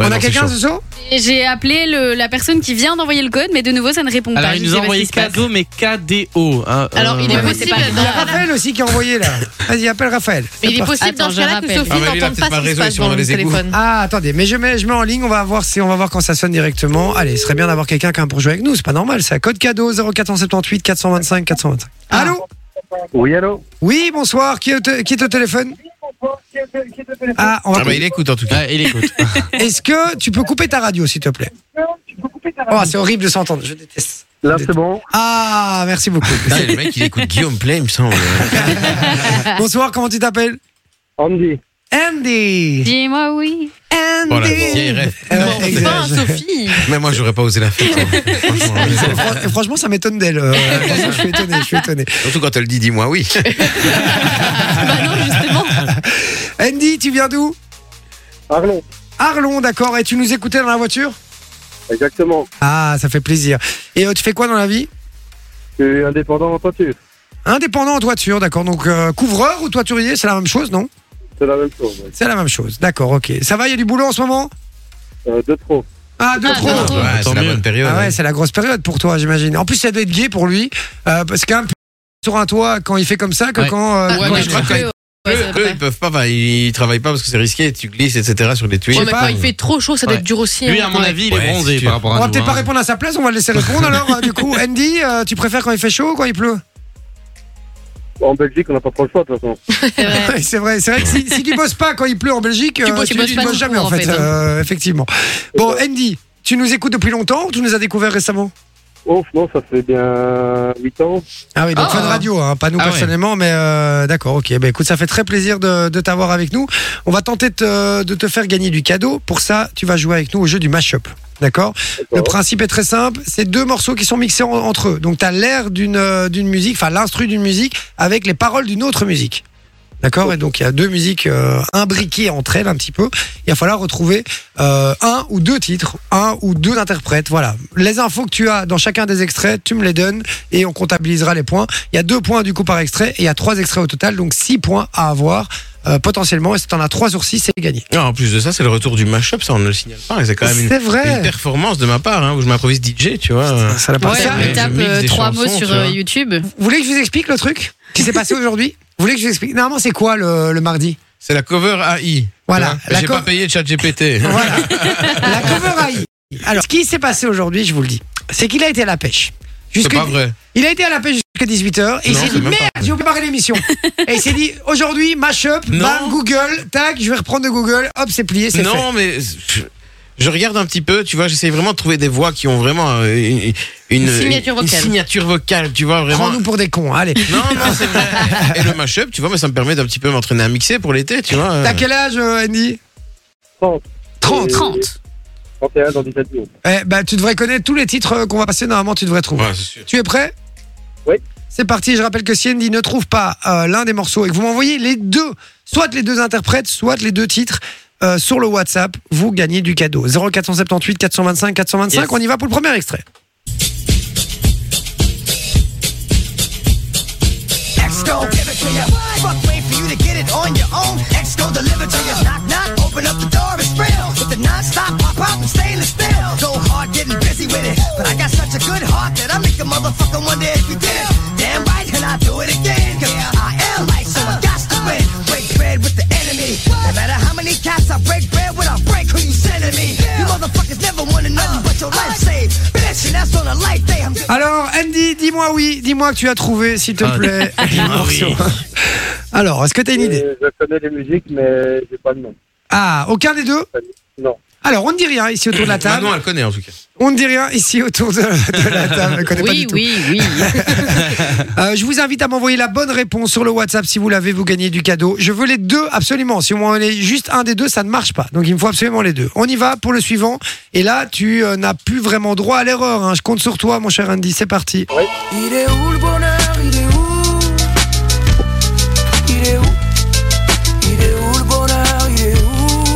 Ouais,
On
non,
a
c'est
quelqu'un
chaud.
ce soir
Et J'ai appelé le- la personne qui vient d'envoyer le code, mais de nouveau, ça ne répond
Alors,
pas.
il
Je
nous
sais
a
pas
envoyé
ce qui se passe.
cadeau, mais KDO. hein,
Alors,
euh,
il est
voilà.
mais c'est
possible.
pas
dans-
Il y a Raphaël aussi qui a envoyé là. Vas-y, appelle Raphaël.
Mais il est possible
Attends,
dans ce cas-là
je
que Sophie
rappelle. Ah, mais lui, il a
n'entende
peut-être
pas
pas
ce qui se
raison, ils
passe
sont
dans
dans
le
les égouts.
téléphone.
Ah, attendez, mais je mets, je mets en ligne, on va voir si on va voir quand ça sonne directement. Allez, ce serait bien d'avoir quelqu'un qui a un pour jouer avec nous, c'est pas normal, ça. Code cadeau 0478 425 425.
Ah.
Allô
Oui, allô
Oui, bonsoir, qui est au, té- qui est au téléphone Ah, on va
Ah bah il écoute en tout cas.
Ouais, il écoute.
Est-ce que tu peux couper ta radio, s'il te plaît Oh, c'est horrible de s'entendre, je déteste.
Là, c'est bon
Ah, merci beaucoup.
Putain, le mec il écoute Guillaume Play, il me semble.
bonsoir, comment tu t'appelles
Andy
Andy
Dis-moi oui.
Andy
Voilà, vieille rêve.
Euh,
Bon,
exact.
Enfin, Sophie.
Même moi j'aurais pas osé la faire. hein. Franchement,
Et fran- et franchement, ça m'étonne d'elle. euh, franchement, je suis étonné, je suis étonné.
Surtout quand elle dit dis-moi oui.
Bah non, justement.
Andy, tu viens d'où
Arlon
Arlon, d'accord. Et tu nous écoutais dans la voiture
Exactement.
Ah, ça fait plaisir. Et euh, tu fais quoi dans la vie
Je suis indépendant en peinture.
Indépendant en toiture, d'accord. Donc euh, couvreur ou toiturier, c'est la même chose, non
C'est la même chose. ouais.
C'est la même chose, d'accord, ok. Ça va, il y a du boulot en ce moment
Euh, de trop.
Ah, de
Ah,
trop
de trop.
Ouais,
Tant
c'est la
mieux.
bonne période.
Ah ouais,
hein.
c'est la grosse période pour toi, j'imagine. En plus, ça doit être gay pour lui, euh, parce qu'un p- sur un toit, quand il fait comme ça, que
Ouais.
quand... euh,
Ouais,
quand
mais
il-
je crois que-
Ouais,
Ouais,
Eux,
ça va
eux,
pas.
ils peuvent pas, enfin, ils travaillent pas parce que c'est risqué, tu glisses, etc. sur les tuyaux.
Ouais, mais quand il fait trop chaud, ça doit
Ouais.
être dur aussi.
Lui,
hein,
à mon
ouais.
avis, il est
Ouais, c'est
bronzé
sûr.
par rapport à
On
nous.
va peut-être Oh, pas
hein.
répondre à sa place, on va le laisser répondre alors. euh, du coup, Andy, euh, tu préfères quand il fait chaud ou quand il pleut
En Belgique, on n'a pas trop le choix, de toute façon.
c'est vrai.
Ouais, C'est vrai, c'est vrai que si, si tu bosses pas quand il pleut en Belgique, euh, tu,
bosses- tu bosses pas
bosses
du
jamais
tout,
en
en
fait,
fait, hein.
euh, effectivement. Bon, Andy, tu nous écoutes depuis longtemps ou tu nous as découvert récemment
Oh, non, ça fait bien 8 ans.
Ah oui, donc
Ah.
fan radio, hein, pas nous
Ah ouais.
personnellement, mais euh, d'accord, ok. Bah, écoute, ça fait très plaisir de, de t'avoir avec nous. On va tenter de te- de te faire gagner du cadeau. Pour ça, tu vas jouer avec nous au jeu du mashup. D'accord Le principe est très simple, c'est deux morceaux qui sont mixés en- entre eux. Donc tu as l'air d'une euh, d'une musique, enfin l'instru d'une musique avec les paroles d'une autre musique. D'accord Et donc il y a deux musiques euh, imbriquées entre elles un petit peu. Il va falloir retrouver euh, un ou deux titres, un ou deux interprètes. Voilà. Les infos que tu as dans chacun des extraits, tu me les donnes et on comptabilisera les points. Il y a deux points du coup par extrait et il y a trois extraits au total, donc six points à avoir euh, potentiellement. Et si tu en as trois sur six, c'est gagné.
Non, Ah, en plus de ça, c'est le retour du mashup, ça on ne le signale pas. et C'est quand même une,
C'est vrai.
une performance de ma part, hein, où je m'improvise DJ, tu vois.
Ça l'a pas
Ouais,
fait.
on
mais-
tape
le mix
euh,
des
trois
chansons,
mots sur
tu vois.
euh, YouTube.
Vous voulez que je vous explique le truc qui s'est passé aujourd'hui Vous voulez que je vous explique Normalement, c'est quoi le, le mardi
C'est la cover AI.
Voilà,
Tu vois.
la
J'ai
co-
pas payé ChatGPT.
Voilà. La cover AI. Alors, ce qui s'est passé aujourd'hui, je vous le dis, c'est qu'il a été à la pêche.
C'est
Jusque-
pas vrai.
Il a été à la pêche jusqu'à 18h et il
Non,
s'est
c'est
dit
même pas
merde,
vrai.
j'ai oublié de préparer l'émission. et il s'est dit aujourd'hui, mashup,
Non.
bam, Google, tac, je vais reprendre de Google, hop, c'est plié, c'est fait.
Non, mais je- je regarde un petit peu, tu vois, j'essaie vraiment de trouver des voix qui ont vraiment euh, une, une-
signature
une
vocale.
signature vocale, tu vois, vraiment.
Prends-nous pour des cons, hein, allez.
Non, non, c'est vrai. Et le mashup, tu vois, mais ça me permet d'un petit peu m'entraîner à mixer pour l'été, tu vois. euh.
T'as quel âge, euh, Andy
30.
30.
Et
30.
31 dans 17 jours.
Eh ben, tu devrais connaître tous les titres euh, qu'on va passer, normalement, tu devrais trouver.
Ouais, c'est sûr.
Tu es prêt
Oui.
C'est parti, je rappelle que si Andy ne trouve pas euh, l'un des morceaux et que vous m'envoyez les deux, soit les deux interprètes, soit les deux titres euh, sur le WhatsApp, vous gagnez du cadeau. 0478 425 425,
Yes.
on y va pour le premier extrait. Alors, Andy, dis-moi oui, dis-moi que tu as trouvé, s'il te
Ah,
plaît.
dis-moi
le morceau.
oui.
Alors, est-ce que tu as une idée
Et Je connais les musiques, mais j'ai pas de nom.
Ah, aucun des deux
Non.
Alors, on ne dit rien ici autour de
Bah
la table.
Manon, elle connaît en tout cas.
On ne dit rien ici autour de, de la table. Elle connaît pas du
Oui,
tout.
oui, oui.
Euh, je vous invite à m'envoyer la bonne réponse sur le WhatsApp. Si vous l'avez, vous gagnez du cadeau. Je veux les deux absolument. Si vous m'envoyez juste un des deux, ça ne marche pas. Donc il me faut absolument les deux. On y va pour le suivant. Et là, tu euh, n'as plus vraiment droit à l'erreur. hein. Je compte sur toi, mon cher Andy. C'est parti.
Il est où le bonheur Il est où Il est où Il est où le bonheur Il est où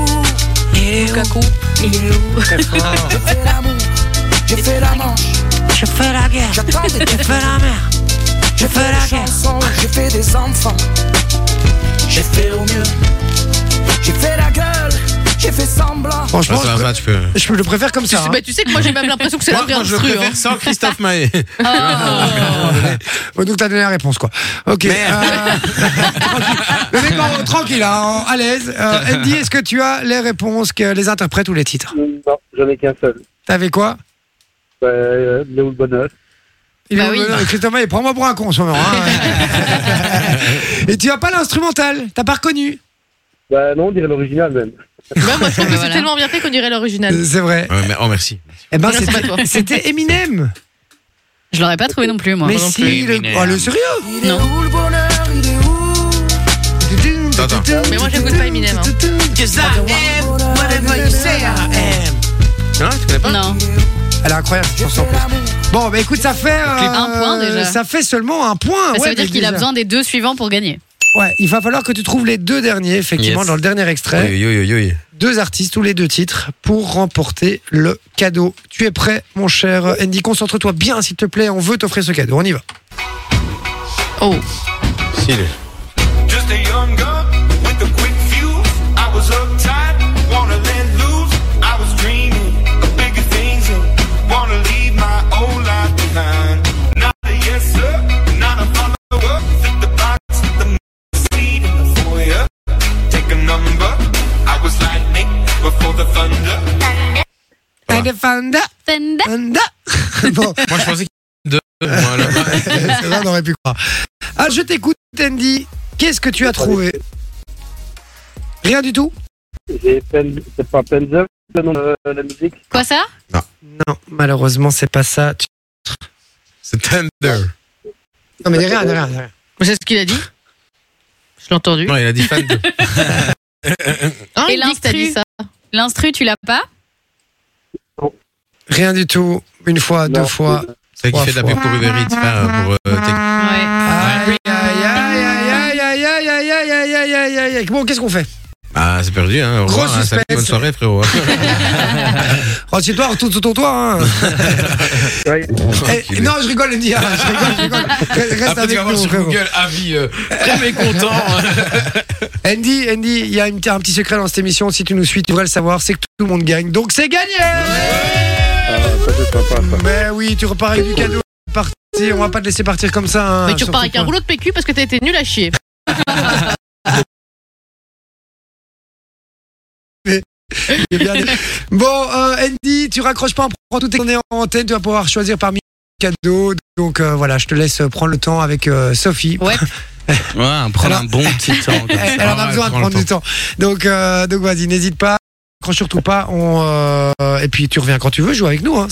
Et Lukaku.
J'ai fait l'amour, j'ai fait la manche,
Je fais la guerre.
j'attends des
Je fais la mer. Je fais la
chansons, j'ai fait des enfants, j'ai fait au mieux, j'ai fait la gueule, J'ai fait semblant.
Franchement,
Ah, ça,
je,
ça, tu peux.
je le préfère comme
Tu
ça.
sais,
hein.
bah, tu sais que moi j'ai même l'impression que c'est
Moi,
la vraie
moi, je
instru,
préfère
hein.
sans Christophe Maé.
Bon, donc t'as donné la réponse quoi. Ok. euh, le mec en- tranquille, hein, en- à l'aise. Euh, Andy, est-ce que tu as les réponses, que les interprètes ou les titres
Non, j'en ai qu'un seul.
T'avais quoi
Bah, euh, Léo le bonheur.
Il
Bah
est-
oui.
euh, Christophe, il prend moi pour un con en ce moment. hein. Et tu as pas l'instrumental, t'as pas reconnu.
Bah non, on dirait l'original même.
Ouais, moi je trouve que c'est
Voilà.
tellement bien fait qu'on dirait l'original.
C'est vrai.
Ouais, mais- Oh, merci.
Eh ben,
Euh, Non, c'est
c'était-
pas toi.
c'était Eminem.
Je l'aurais pas trouvé non plus, moi.
Mais
non
si,
plus,
le,
Eminem.
oh, le sérieux.
Il est
Non.
où le bonheur Il est où
Attends.
Mais moi, j'écoute pas Eminem, hein.
eh, ah.
Hein, tu connais pas
Non.
Elle est incroyable cette chanson. en plus. Bon, bah écoute, ça fait
Un point, déjà.
Ça fait seulement un point.
Bah, ça
ouais,
veut dire
mais
qu'il a
déjà.
besoin des deux suivants pour gagner.
Ouais, il va falloir que tu trouves les deux derniers, effectivement,
Yes.
dans le dernier extrait.
Oui, oui, oui, oui.
Deux artistes ou les deux titres pour remporter le cadeau. Tu es prêt, mon cher Andy Concentre-toi bien, s'il te plaît. On veut t'offrir ce cadeau. On y va.
Oh,
Si, le-
Just a young gun with a quick fuse. I was uptight, wanna let loose. I was dreaming of bigger things and wanna leave my old life behind. Not a yes sir, not a follow up. Fit the box, the seat in the foyer. Take a number. I was lightning before the thunder.
Ah.
Elefanda,
Fenda.
Fanda. bon,
Moi, je pensais qu'il y en avait deux. Moi, là-bas.
c'est vrai, on aurait pu croire. Ah, je t'écoute, Andy. Qu'est-ce que tu as trouvé Rien du tout
J'ai Pen- c'est pas Penzel, le nom de la musique.
Quoi ça
Non, malheureusement, c'est pas ça. Tu-
C'est Thunder.
Non, mais rien, rien, rien.
mais c'est ce qu'il a dit Je l'ai entendu.
Non, il a dit fan de.
Ah,
Et
il dit que t'as
l'instru.
dit ça.
L'instru, tu l'as pas
Rien du tout. Une fois,
Non,
deux fois.
C'est qui
Trois
fait de la pub
fois.
pour Uber Eats, pas pour. euh, Tech-
Ah, Ouais.
Aïe, aïe, aïe, aïe, aïe, aïe, aïe, aïe, aïe, aïe, aïe, aïe, aïe. Bon, qu'est-ce qu'on fait
Ah, c'est perdu, hein. Au
Gros
revoir, hein, salut,
suspense.
bonne soirée, frérot.
Rends-toi, retourne sur ton toit. Hein.
c'est- ouais.
Eh, non, je rigole, Andy. hein, Je rigole, je rigole. Reste
Après, tu
avec
vas
nous,
voir sur
frérot.
Google, avis euh, très mécontent. hein.
Andy, Andy, il y a une- un petit secret dans cette émission. Si tu nous suis, tu devrais le savoir. C'est que tout le monde gagne. Donc, c'est gagné
Ah, ça c'est sympa ça.
Mais oui, tu repars avec du cadeau. C'est parti. On va pas te laisser partir comme ça. hein,
Mais tu
sur
repars
ton
avec un
point.
rouleau de PQ parce que t'as été nul à chier.
Eh bien, bon, euh, Andy, tu raccroches pas, on prend toutes tes données en antenne, tu vas pouvoir choisir parmi les cadeaux. Donc euh, voilà, je te laisse euh, prendre le temps avec euh, Sophie.
Ouais.
Ouais, prendre un bon petit temps.
Elle, Eh, elle en a
Ah,
ouais,
besoin de
prends le
prendre du temps. Donc, euh, donc vas-y, n'hésite pas, raccroche surtout pas. On, euh, et puis tu reviens quand tu veux, joue avec nous. Hein.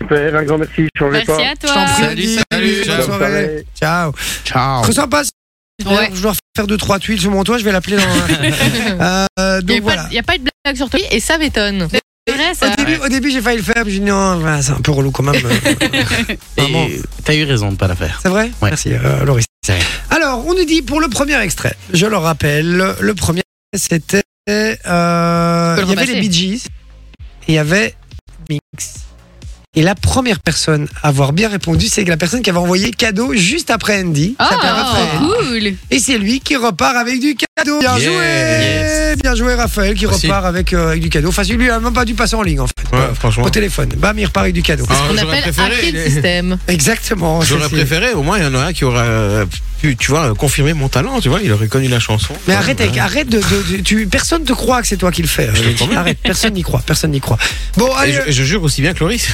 Super, un grand merci, changez
Merci
pas.
à
Je t'en
toi.
prie,
Salut,
Andy.
salut,
Bonne
ciao.
Bonne
soirée.
soirée.
Ciao.
Ciao.
Très sympa.
Ouais.
Je dois faire deux trois tweets sur mon toit, je vais l'appeler dans. Euh,
Il
donc
n'y a,
voilà.
pas- y a pas eu de blague sur toi et ça m'étonne.
C'est vrai, ça.
Au début, au début j'ai failli le faire, puis j'ai dit non, voilà, c'est un peu relou quand même. euh. Maman.
Et t'as eu raison de pas la faire.
C'est vrai
Ouais.
Merci, euh, Loris.
C'est vrai.
Alors, on nous dit pour le premier extrait, je le rappelle, le premier c'était. euh,
Faut le
il y avait
repasser.
les Bee Gees, et il y avait Mix. Et la première personne à avoir bien répondu, c'est la personne qui avait envoyé cadeau juste après Andy. Ça s'appelle Raphaël.
Oh, cool.
Et c'est lui qui repart avec du cadeau. Bien
Yeah,
joué Bien joué, Raphaël, qui
Facile.
repart avec, euh, avec du cadeau. Enfin, lui, il a même pas dû passer en ligne, en fait.
Ouais, franchement.
Au téléphone. Bam, il repart avec du cadeau.
Ah,
On
j'aurais
appelle hacker le
les-
système.
Exactement.
J'aurais
c'est-
préféré, au moins il y en a un qui aura euh, pu, tu vois, confirmer mon talent, tu vois, il aurait connu la chanson.
Mais arrête, avec- arrête de, de- de- tu, personne te croit que c'est toi qui le fais.
Euh. Je
Je
te
te dis,
promets.
Arrête, personne n'y croit, personne n'y croit. Bon,
Et
allez, euh,
je, et je jure aussi bien que Loris.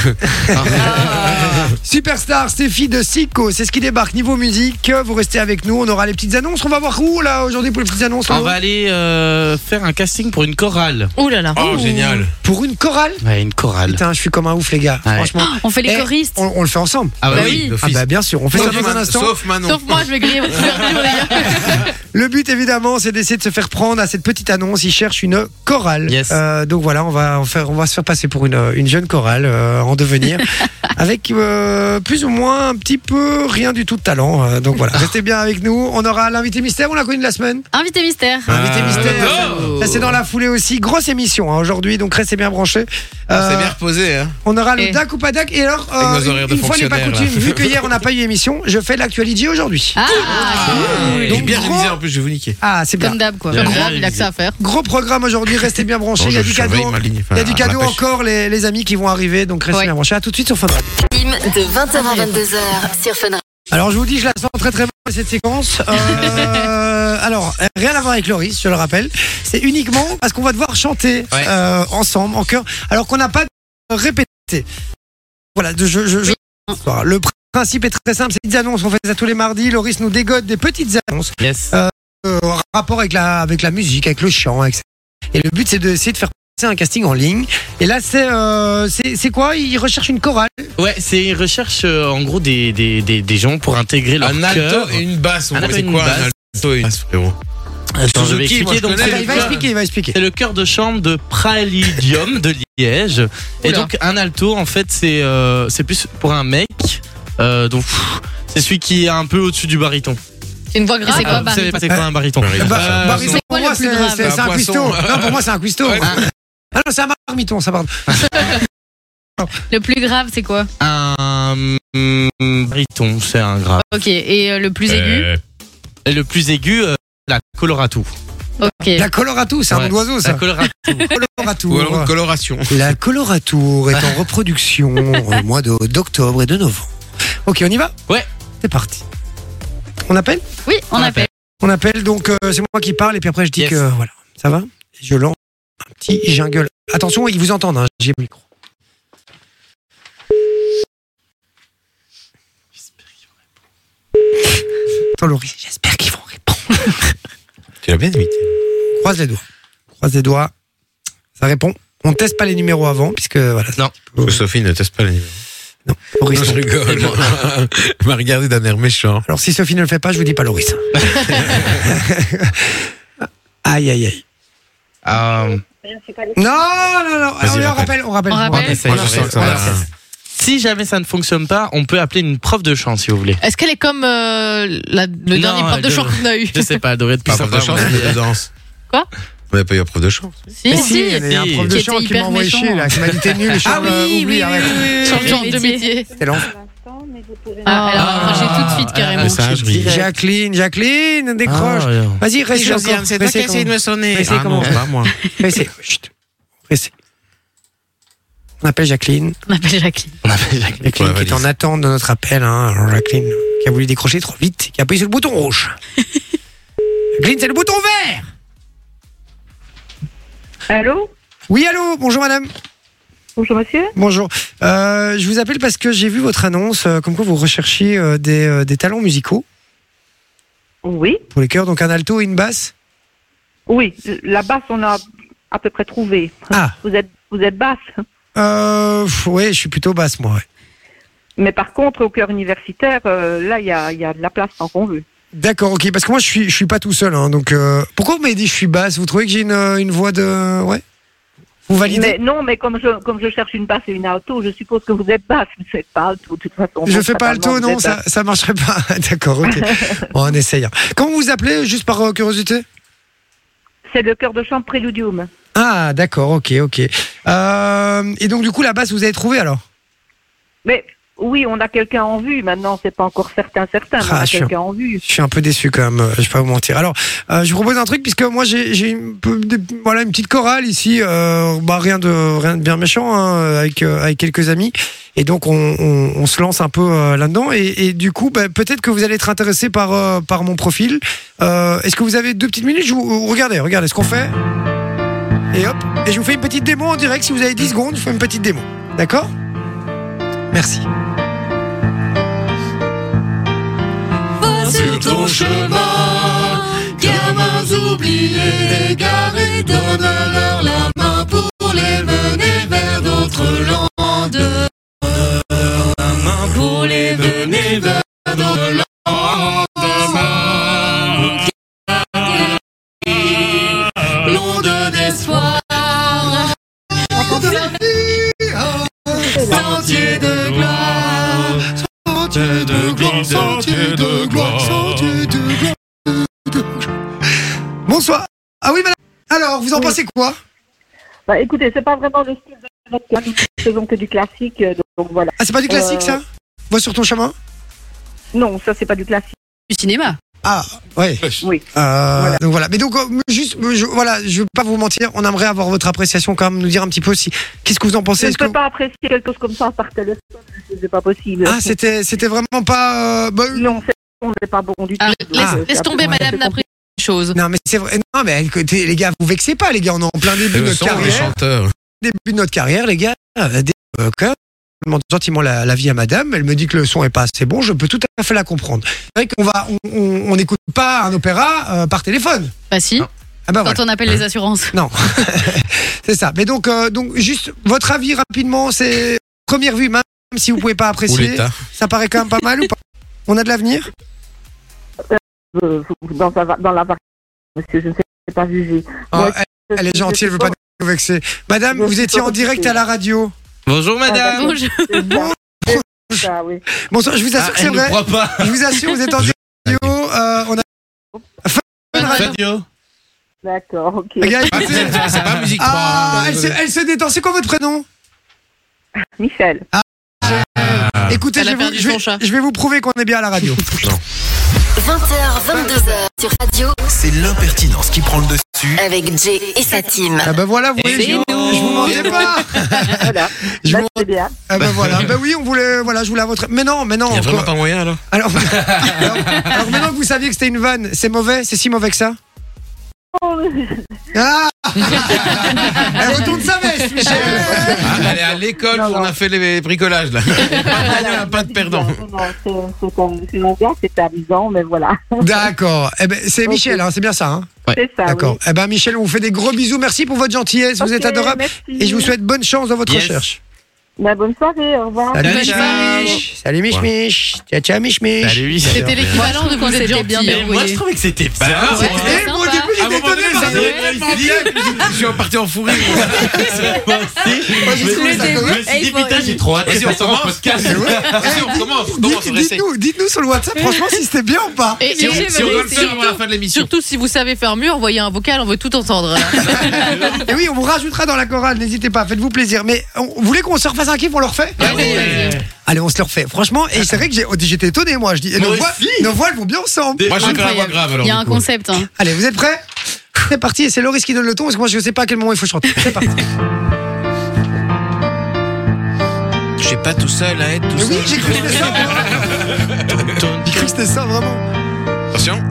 Ah
Ah.
superstar, Stéphie de Sico, c'est ce qui débarque niveau musique. Vous restez avec nous, on aura les petites annonces. On va voir où là aujourd'hui pour les petites annonces.
On
Lolo
va aller euh, faire un casting pour une chorale.
Ouh là là.
Oh, génial.
Pour une chorale.
Ouais, une chorale.
Putain, je suis comme un ouf les gars.
Ouais.
Franchement,
On fait les
Eh,
choristes.
on, on le fait ensemble.
Ah
Bah
bah
oui,
oui.
d'office.
Ah bah bien sûr, on fait ça
Sauf
dans un
Man-
instant.
Sauf Manon.
Sauf moi, je vais griller votre couverture, les gars.
Le but évidemment, c'est d'essayer de se faire prendre à cette petite annonce. Ils cherchent une chorale.
Yes.
Euh, donc voilà, on va en faire, on va se faire passer pour une, une jeune chorale euh, en devenir, avec euh, plus ou moins un
Ah.
petit peu rien du tout de talent. Euh, donc voilà, restez bien avec nous. On aura l'invité mystère. On l'a connu de la semaine.
Invité mystère.
Ah.
Invité mystère.
Oh,
Ça, c'est dans la foulée aussi. Grosse émission hein, aujourd'hui, donc restez bien branchés.
On s'est
Euh,
bien reposé. Hein.
on aura le
Et-
DAC ou pas DAC. Et alors,
Avec nos
une-
horaires
une,
de
fois n'est pas
fonctionnaire, là.
coutume, vu que hier on n'a pas eu émission, je fais l'actualité aujourd'hui.
Ah,
Ah,
Donc,
J'ai bien
gros-
révisé en plus, je vais vous niquer.
Ah, c'est bien.
comme d'hab quoi.
J'ai rien
Grave, il a que
révisé.
ça à faire.
Gros programme aujourd'hui, restez bien branchés.
Bon,
Il y a
je
du
surveille
cadeau,
ma ligne, enfin,
il y a du
à la
cadeau
pêche.
encore, les, les amis qui vont arriver, donc restez
Ouais.
bien branchés. À tout de suite sur Fun Radio.
Team de 20h à 22h sur Fun Radio.
Alors je vous dis, je la sens très très mal cette séquence. Euh, alors euh, rien à voir avec Loris, je le rappelle. C'est uniquement parce qu'on va devoir chanter
Ouais.
euh, ensemble en chœur, alors qu'on n'a pas répété. Voilà, je, je- je- Voilà, le principe est très simple. C'est des petites annonces, on fait ça tous les mardis. Loris nous dégote des petites annonces
Yes.
euh, en rapport avec la avec la musique, avec le chant, etc. Et le but c'est d'essayer de faire passer un casting en ligne. Et là c'est euh, c'est c'est quoi Il recherche une chorale.
Ouais, c'est une recherche euh, en gros des, des, des, des gens pour intégrer leur
Un
chœur.
alto et une basse. mon
Un
gars,
alto
C'est
et une
quoi un
basse.
alto et une basse, frérot
Attends, je vais
Suzuki, moi,
expliquer.
je
Donc,
connais.
c'est
Ah, bah, Il va
le chœur-
expliquer, il va expliquer.
c'est le chœur de chambre de Pralidium de Liège. Et
Oula.
donc un alto, en fait, c'est euh, c'est plus pour un mec. Euh, donc pff, c'est celui qui est un peu au-dessus du baryton.
C'est une voix grave.
C'est quoi,
Euh, vous savez
baryton
pas c'est quoi un baryton
Baryton.
Bah,
Euh,
Barry,
non,
pour
quoi le
moi,
plus
c'est-
grave
c'est c'est
Un
un,
poisson.
cuistot. Non, pour moi, c'est un cuistot.
Ouais.
Ah non, c'est un marmiton, ça, pardon.
Le plus grave c'est quoi
un mm, baryton, c'est un grave.
Ok, et euh, le plus
Mmh.
aigu
Et le plus aigu, euh, la coloratou.
La
Ok.
coloratou, c'est un
Ouais.
nom d'oiseau,
La
ça.
coloratou.
Ou alors une
Coloratour.
coloration.
La coloratour est en reproduction au mois de- d'octobre et de novembre. Ok, on y va
Ouais.
C'est parti. On appelle
Oui, on
On
appelle.
On appelle, donc euh, c'est moi qui parle et puis après je dis
Yes.
que euh, voilà, ça va Je lance un petit jingle. Attention, ils vous entendent, hein, j'ai le micro. Attends, Laurie, j'espère qu'ils vont répondre.
Tu l'as bien imité.
Mmh.
Croise les doigts. Croise les doigts. Ça répond. On teste pas les numéros avant, puisque voilà.
Non.
Parce que Sophie ne teste pas les numéros.
Laurie,
Non, je
non.
rigole. Elle m'a regardé d'un air méchant.
Alors si Sophie ne le fait pas, je vous dis pas Loris. aïe aïe aïe.
Euh,
Non non non.
Vas-y,
Allez, on rappelle,
rappelle.
on rappelle,
On rappelle.
essaye,
Moi, je
essaye.
sens que ça va.
Si jamais ça ne fonctionne pas, on peut appeler une prof de chant si vous voulez.
Est-ce qu'elle est comme euh, la- le
Non,
dernier prof de
de-
chant qu'on a eu
Je sais pas, Doré, depuis
Pas Ah, prof de
savoir,
chance,
mais- euh,
mais de danse.
Quoi
On n'a pas eu un prof de
Ah,
chance.
Mais
Si,
si, il y avait un prof de
Qui
chant
était
qui m'a
hyper
envoyé
méchant. Ah
chier, là, qui m'a dit t'es nul, Charles, oublie, arrête.
Changeant de
Métier.
métier.
C'était long.
Ah, elle a
Ah.
arrangé tout de suite carrément.
message,
je
oui.
dirais.
Jacqueline, Jacqueline, décroche.
Ah, ouais.
Vas-y, reste encore. Reste quand même.
sonner.
Essaye
Ah
comment
non, pas moi.
Reste. Chut. Reste. On appelle Jacqueline.
On appelle Jacqueline.
On appelle Jacques.
Jacqueline
Ouais,
qui est en
valise.
attente de notre appel. Hein. Alors, Jacqueline qui a voulu décrocher trop vite, qui a appuyé sur le bouton rouge. Jacqueline, c'est le bouton vert.
Allô
Oui, allô. Bonjour, madame.
Bonjour monsieur
Bonjour. Euh, je vous appelle parce que j'ai vu votre annonce, euh, comme quoi vous recherchiez euh, des, euh, des talents musicaux
Oui
pour les chœurs, donc un alto et une basse.
Oui, la basse, on a à peu près trouvé.
Ah.
Vous êtes, vous êtes basse.
Euh, pff, ouais, je suis plutôt basse, moi. ouais.
Mais par contre, au cœur universitaire, euh, là, il y a, il y a de la place tant qu'on veut.
D'accord, ok. Parce que moi, je suis, je suis pas tout seul. Hein, donc, euh, pourquoi vous m'avez dit je suis basse Vous trouvez que j'ai une, euh, une voix de, ouais Vous validez
Mais non, mais comme je, comme je cherche une basse et une alto, je suppose que vous êtes basse. Vous ne faites pas alto, de toute façon.
Je
Donc,
fais pas le
fatalement,
taux,
vous
non
êtes
Ça,
basse.
ça marcherait pas. D'accord, ok. Bon, on essaye. hein. Comment vous vous appelez, juste par euh, curiosité
C'est le cœur de chambre préludium.
Ah, d'accord, ok, ok. Euh, et donc, du coup, la basse, vous avez trouvé alors
Mais oui, on a quelqu'un en vue. Maintenant, c'est pas encore certain, certain. mais on
Ah,
a
je suis-
quelqu'un en vue.
Je suis un peu déçu quand même, euh, je vais pas vous mentir. Alors, euh, je vous propose un truc puisque moi j'ai j'ai une, peu- des- voilà une petite chorale ici, euh, bah rien de rien de bien méchant hein, avec euh, avec quelques amis et donc on, on, on se lance un peu euh, là-dedans et, et du coup bah, peut-être que vous allez être intéressé par euh, par mon profil. Euh, Est-ce que vous avez deux petites minutes Je vous, euh, Regardez, regardez ce qu'on fait et hop et je vous fais une petite démo en direct si vous avez 10 secondes, je vous fais une petite démo, d'accord Merci.
Sur ton chemin, gamins oubliés, égarés, donne-leur la main pour les mener vers d'autres landes. Donne-leur la main pour les mener vers d'autres landes. L'onde d'espoir,
hein.
sentier de gloire. Sentier de gloire, sentier de gloire, sentier de gloire.
Bon, Bonsoir. Ah oui, madame. Alors, vous en pensez quoi
Bah écoutez, c'est pas vraiment le style de notre club. Nous faisons que du classique, euh, donc, donc voilà.
Ah, c'est pas du classique,
Euh,
ça Vois sur ton chemin
Non, ça c'est pas du classique.
Du cinéma
Ah, ouais.
Oui.
Donc voilà. Mais donc, euh, juste, euh, je, voilà, je veux pas vous mentir, on aimerait avoir votre appréciation quand même, nous dire un petit peu si. Qu'est-ce que vous en pensez
Je ne
Est-ce que
peux pas apprécier quelque chose comme ça par téléphone, c'est pas possible.
Ah, c'était, c'était vraiment pas. euh, bah,
Non, c'est on n'est pas bon du tout.
Alors, laisse,
Ah.
laisse tomber, madame, la chose.
Non, mais c'est vrai. Non, mais écoutez, les gars, vous vexez pas, les gars. On est en plein début de
Le
notre
son, les
carrière.
chanteurs.
Début de notre carrière, les gars. Euh, des- euh, quand même, je demande gentiment la, la vie à madame. Elle me dit que le son est pas assez bon. Je peux tout à fait la comprendre. C'est vrai qu'on va, on- on on n'écoute pas un opéra euh, par téléphone.
Bah si,
Ah bah voilà.
quand on appelle les assurances.
Non, c'est ça. Mais donc, euh, donc, juste votre avis rapidement, c'est première vue, même si vous pouvez pas
Ou
apprécier,
l'État.
ça paraît quand même pas mal ou pas On a de l'avenir
Euh, dans, sa, va- dans la variété, monsieur, je ne sais pas juger.
Oh,
Moi,
elle,
je-
elle est
je-
gentille, elle veut pas nous vexer. Madame,
Je
vous
suis
étiez en
pas
direct
vexée.
à la radio.
Bonjour madame.
Ah, Bonjour.
C'est ça, oui.
Bonsoir, je vous
Ah,
assure, que c'est
elle ne
vrai.
croit pas.
Je vous assure, vous êtes en direct à la radio. euh, on a...
Radio.
D'accord, ok.
Les gars,
Ah,
écoutez.
c'est
hein,
c'est pas musique.
Ah,
trois, hein,
elle se, elle se détend. C'est quoi votre prénom
Michel.
Écoutez,
Elle
je
a
vais, vous,
perdu
je, vais,
son chat.
je vais vous prouver qu'on est bien à la radio.
20h, 22h sur Radio
C'est l'impertinence qui prend le dessus.
avec Jay et sa team.
ah ben voilà, vous voyez,
c'est
je, je vous mentais pas.
Voilà.
Je
Là,
vous-
c'est bien.
Ah ben voilà, ben oui, on voulait, voilà, je voulais à votre. Mais non, mais non.
Il y a vraiment
quoi-
pas moyen alors
Alors, alors, alors maintenant que vous saviez que c'était une vanne, c'est mauvais, c'est si mauvais que ça
Oh,
Ah Elle retourne sa veste, Michel
Ah, Elle est à l'école
Non,
où on
non.
a fait les bricolages là.
Ah,
Pas de gagnant, pas de perdant.
Non, non, c'est- c'est comme- C'est mon gars, c'est amusant, mais voilà.
D'accord, eh ben, c'est
Ok.
Michel, hein, c'est bien ça. Hein
C'est ça.
D'accord. Eh ben Michel, on vous fait des gros bisous, merci pour votre gentillesse, vous êtes adorable. Et je vous souhaite bonne chance dans votre
Yes.
recherche.
souhaite. Bonne soirée, au revoir.
Salut
Bonne
Mich
soirée.
Mich Salut Mich Mich Ciao ciao Mich Mich
Salut, Mich.
C'était l'équivalent de quand vous hein. étiez bien
Et moi je trouvais que c'était pas. Bah,
Ouais.
Eh, moi, au
Sympa.
début,
À
j'étais
un moment
étonné
donné,
par
ça
ça.
devait tellement bien que je- je suis reparti en fou rire.
Moi aussi.
Moi, j'ai
Mais-
trouvé ça
je me
correct.
suis dit, putain, j'ai trop hâte.
Vas-y, on
de faire un
recommence.
podcast.
C'est vrai.
Vas-y, on recommence, on recommence,
Dites-
on réessaye.
Dites-nous dites-nous sur le WhatsApp, franchement, si c'était bien ou pas.
Et,
Si on,
et-
si on doit le
et
faire avant la fin de l'émission.
Surtout si vous savez faire mieux, envoyez un vocal, on veut tout entendre. hein,
Et oui, on vous rajoutera dans la chorale, n'hésitez pas, faites-vous plaisir. Mais on, vous voulez qu'on se refasse un kiff, on le refait
Ouais.
Allez, on se le refait. Franchement, et c'est vrai que j'ai- oh, j'étais étonné, moi. Je dis, et nos,
Moi
voix,
aussi.
nos voix, elles vont bien ensemble.
Moi, je vais faire la voix grave alors.
Il y a
du
un
coup.
concept. Hein.
Allez, vous êtes prêts C'est parti, et c'est Loris qui donne le ton, parce que moi, je sais pas à quel moment il faut chanter. C'est parti.
Je suis pas tout seul à être tout
Mais oui, j'ai cru que c'était ça, vraiment. J'ai cru que c'était ça, vraiment.
Attention.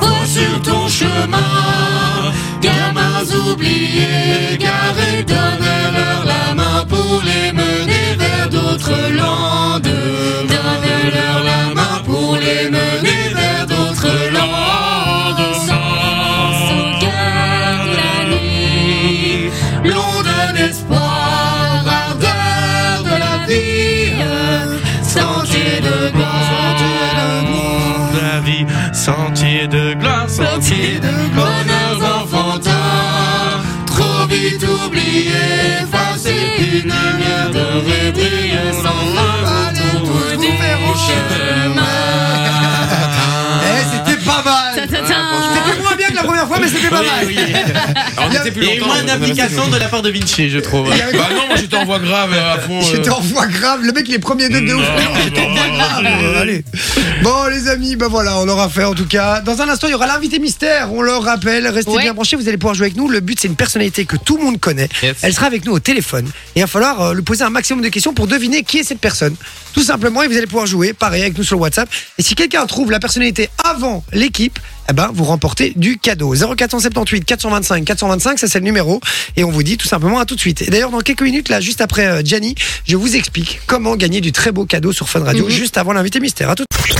Vois sur ton chemin, gamins oubliés, garés, donne-leur la main pour les mener vers d'autres landes. Donne-leur la main pour les mener vers d'autres landes. Sans sauvegarde la nuit, long d'un espoir, ardeur de la vie, sentier de gloire de la vie, sentier de gloire, sentier de bonheur enfantin, trop vite oublié, effacé, une lumière devrait briller sans fin pour tout au chemin.
Ah,
Eh, c'était pas mal. C'était moins bien que la première fois, mais c'était pas
Ah,
mal.
Alors, on était plus
Et
longtemps.
moins
on est resté
d'application
plus
de la part de Vinci, je trouve.
longtemps. Bah non, moi j'étais en voix grave euh, à fond. euh.
J'étais en voix grave, le mec les premiers deux de ouf. J'étais en voix grave. euh, allez. Bon les amis, ben voilà, on aura fait en tout cas. Dans un instant, il y aura l'invité mystère, on le rappelle, restez
Ouais.
bien branchés, vous allez pouvoir jouer avec nous. Le but c'est une personnalité que tout le monde connaît.
Yes.
Elle sera avec nous au téléphone et il va falloir euh, lui poser un maximum de questions pour deviner qui est cette personne. Tout simplement, et vous allez pouvoir jouer pareil avec nous sur le WhatsApp. Et si quelqu'un trouve la personnalité avant l'équipe, eh ben, vous remportez du cadeau. 0478 425 425, ça c'est le numéro. Et on vous dit tout simplement à tout de suite. Et d'ailleurs, dans quelques minutes, là, juste après euh, Gianni, je vous explique comment gagner du très beau cadeau sur Fun Radio juste avant l'invité mystère. À tout de suite.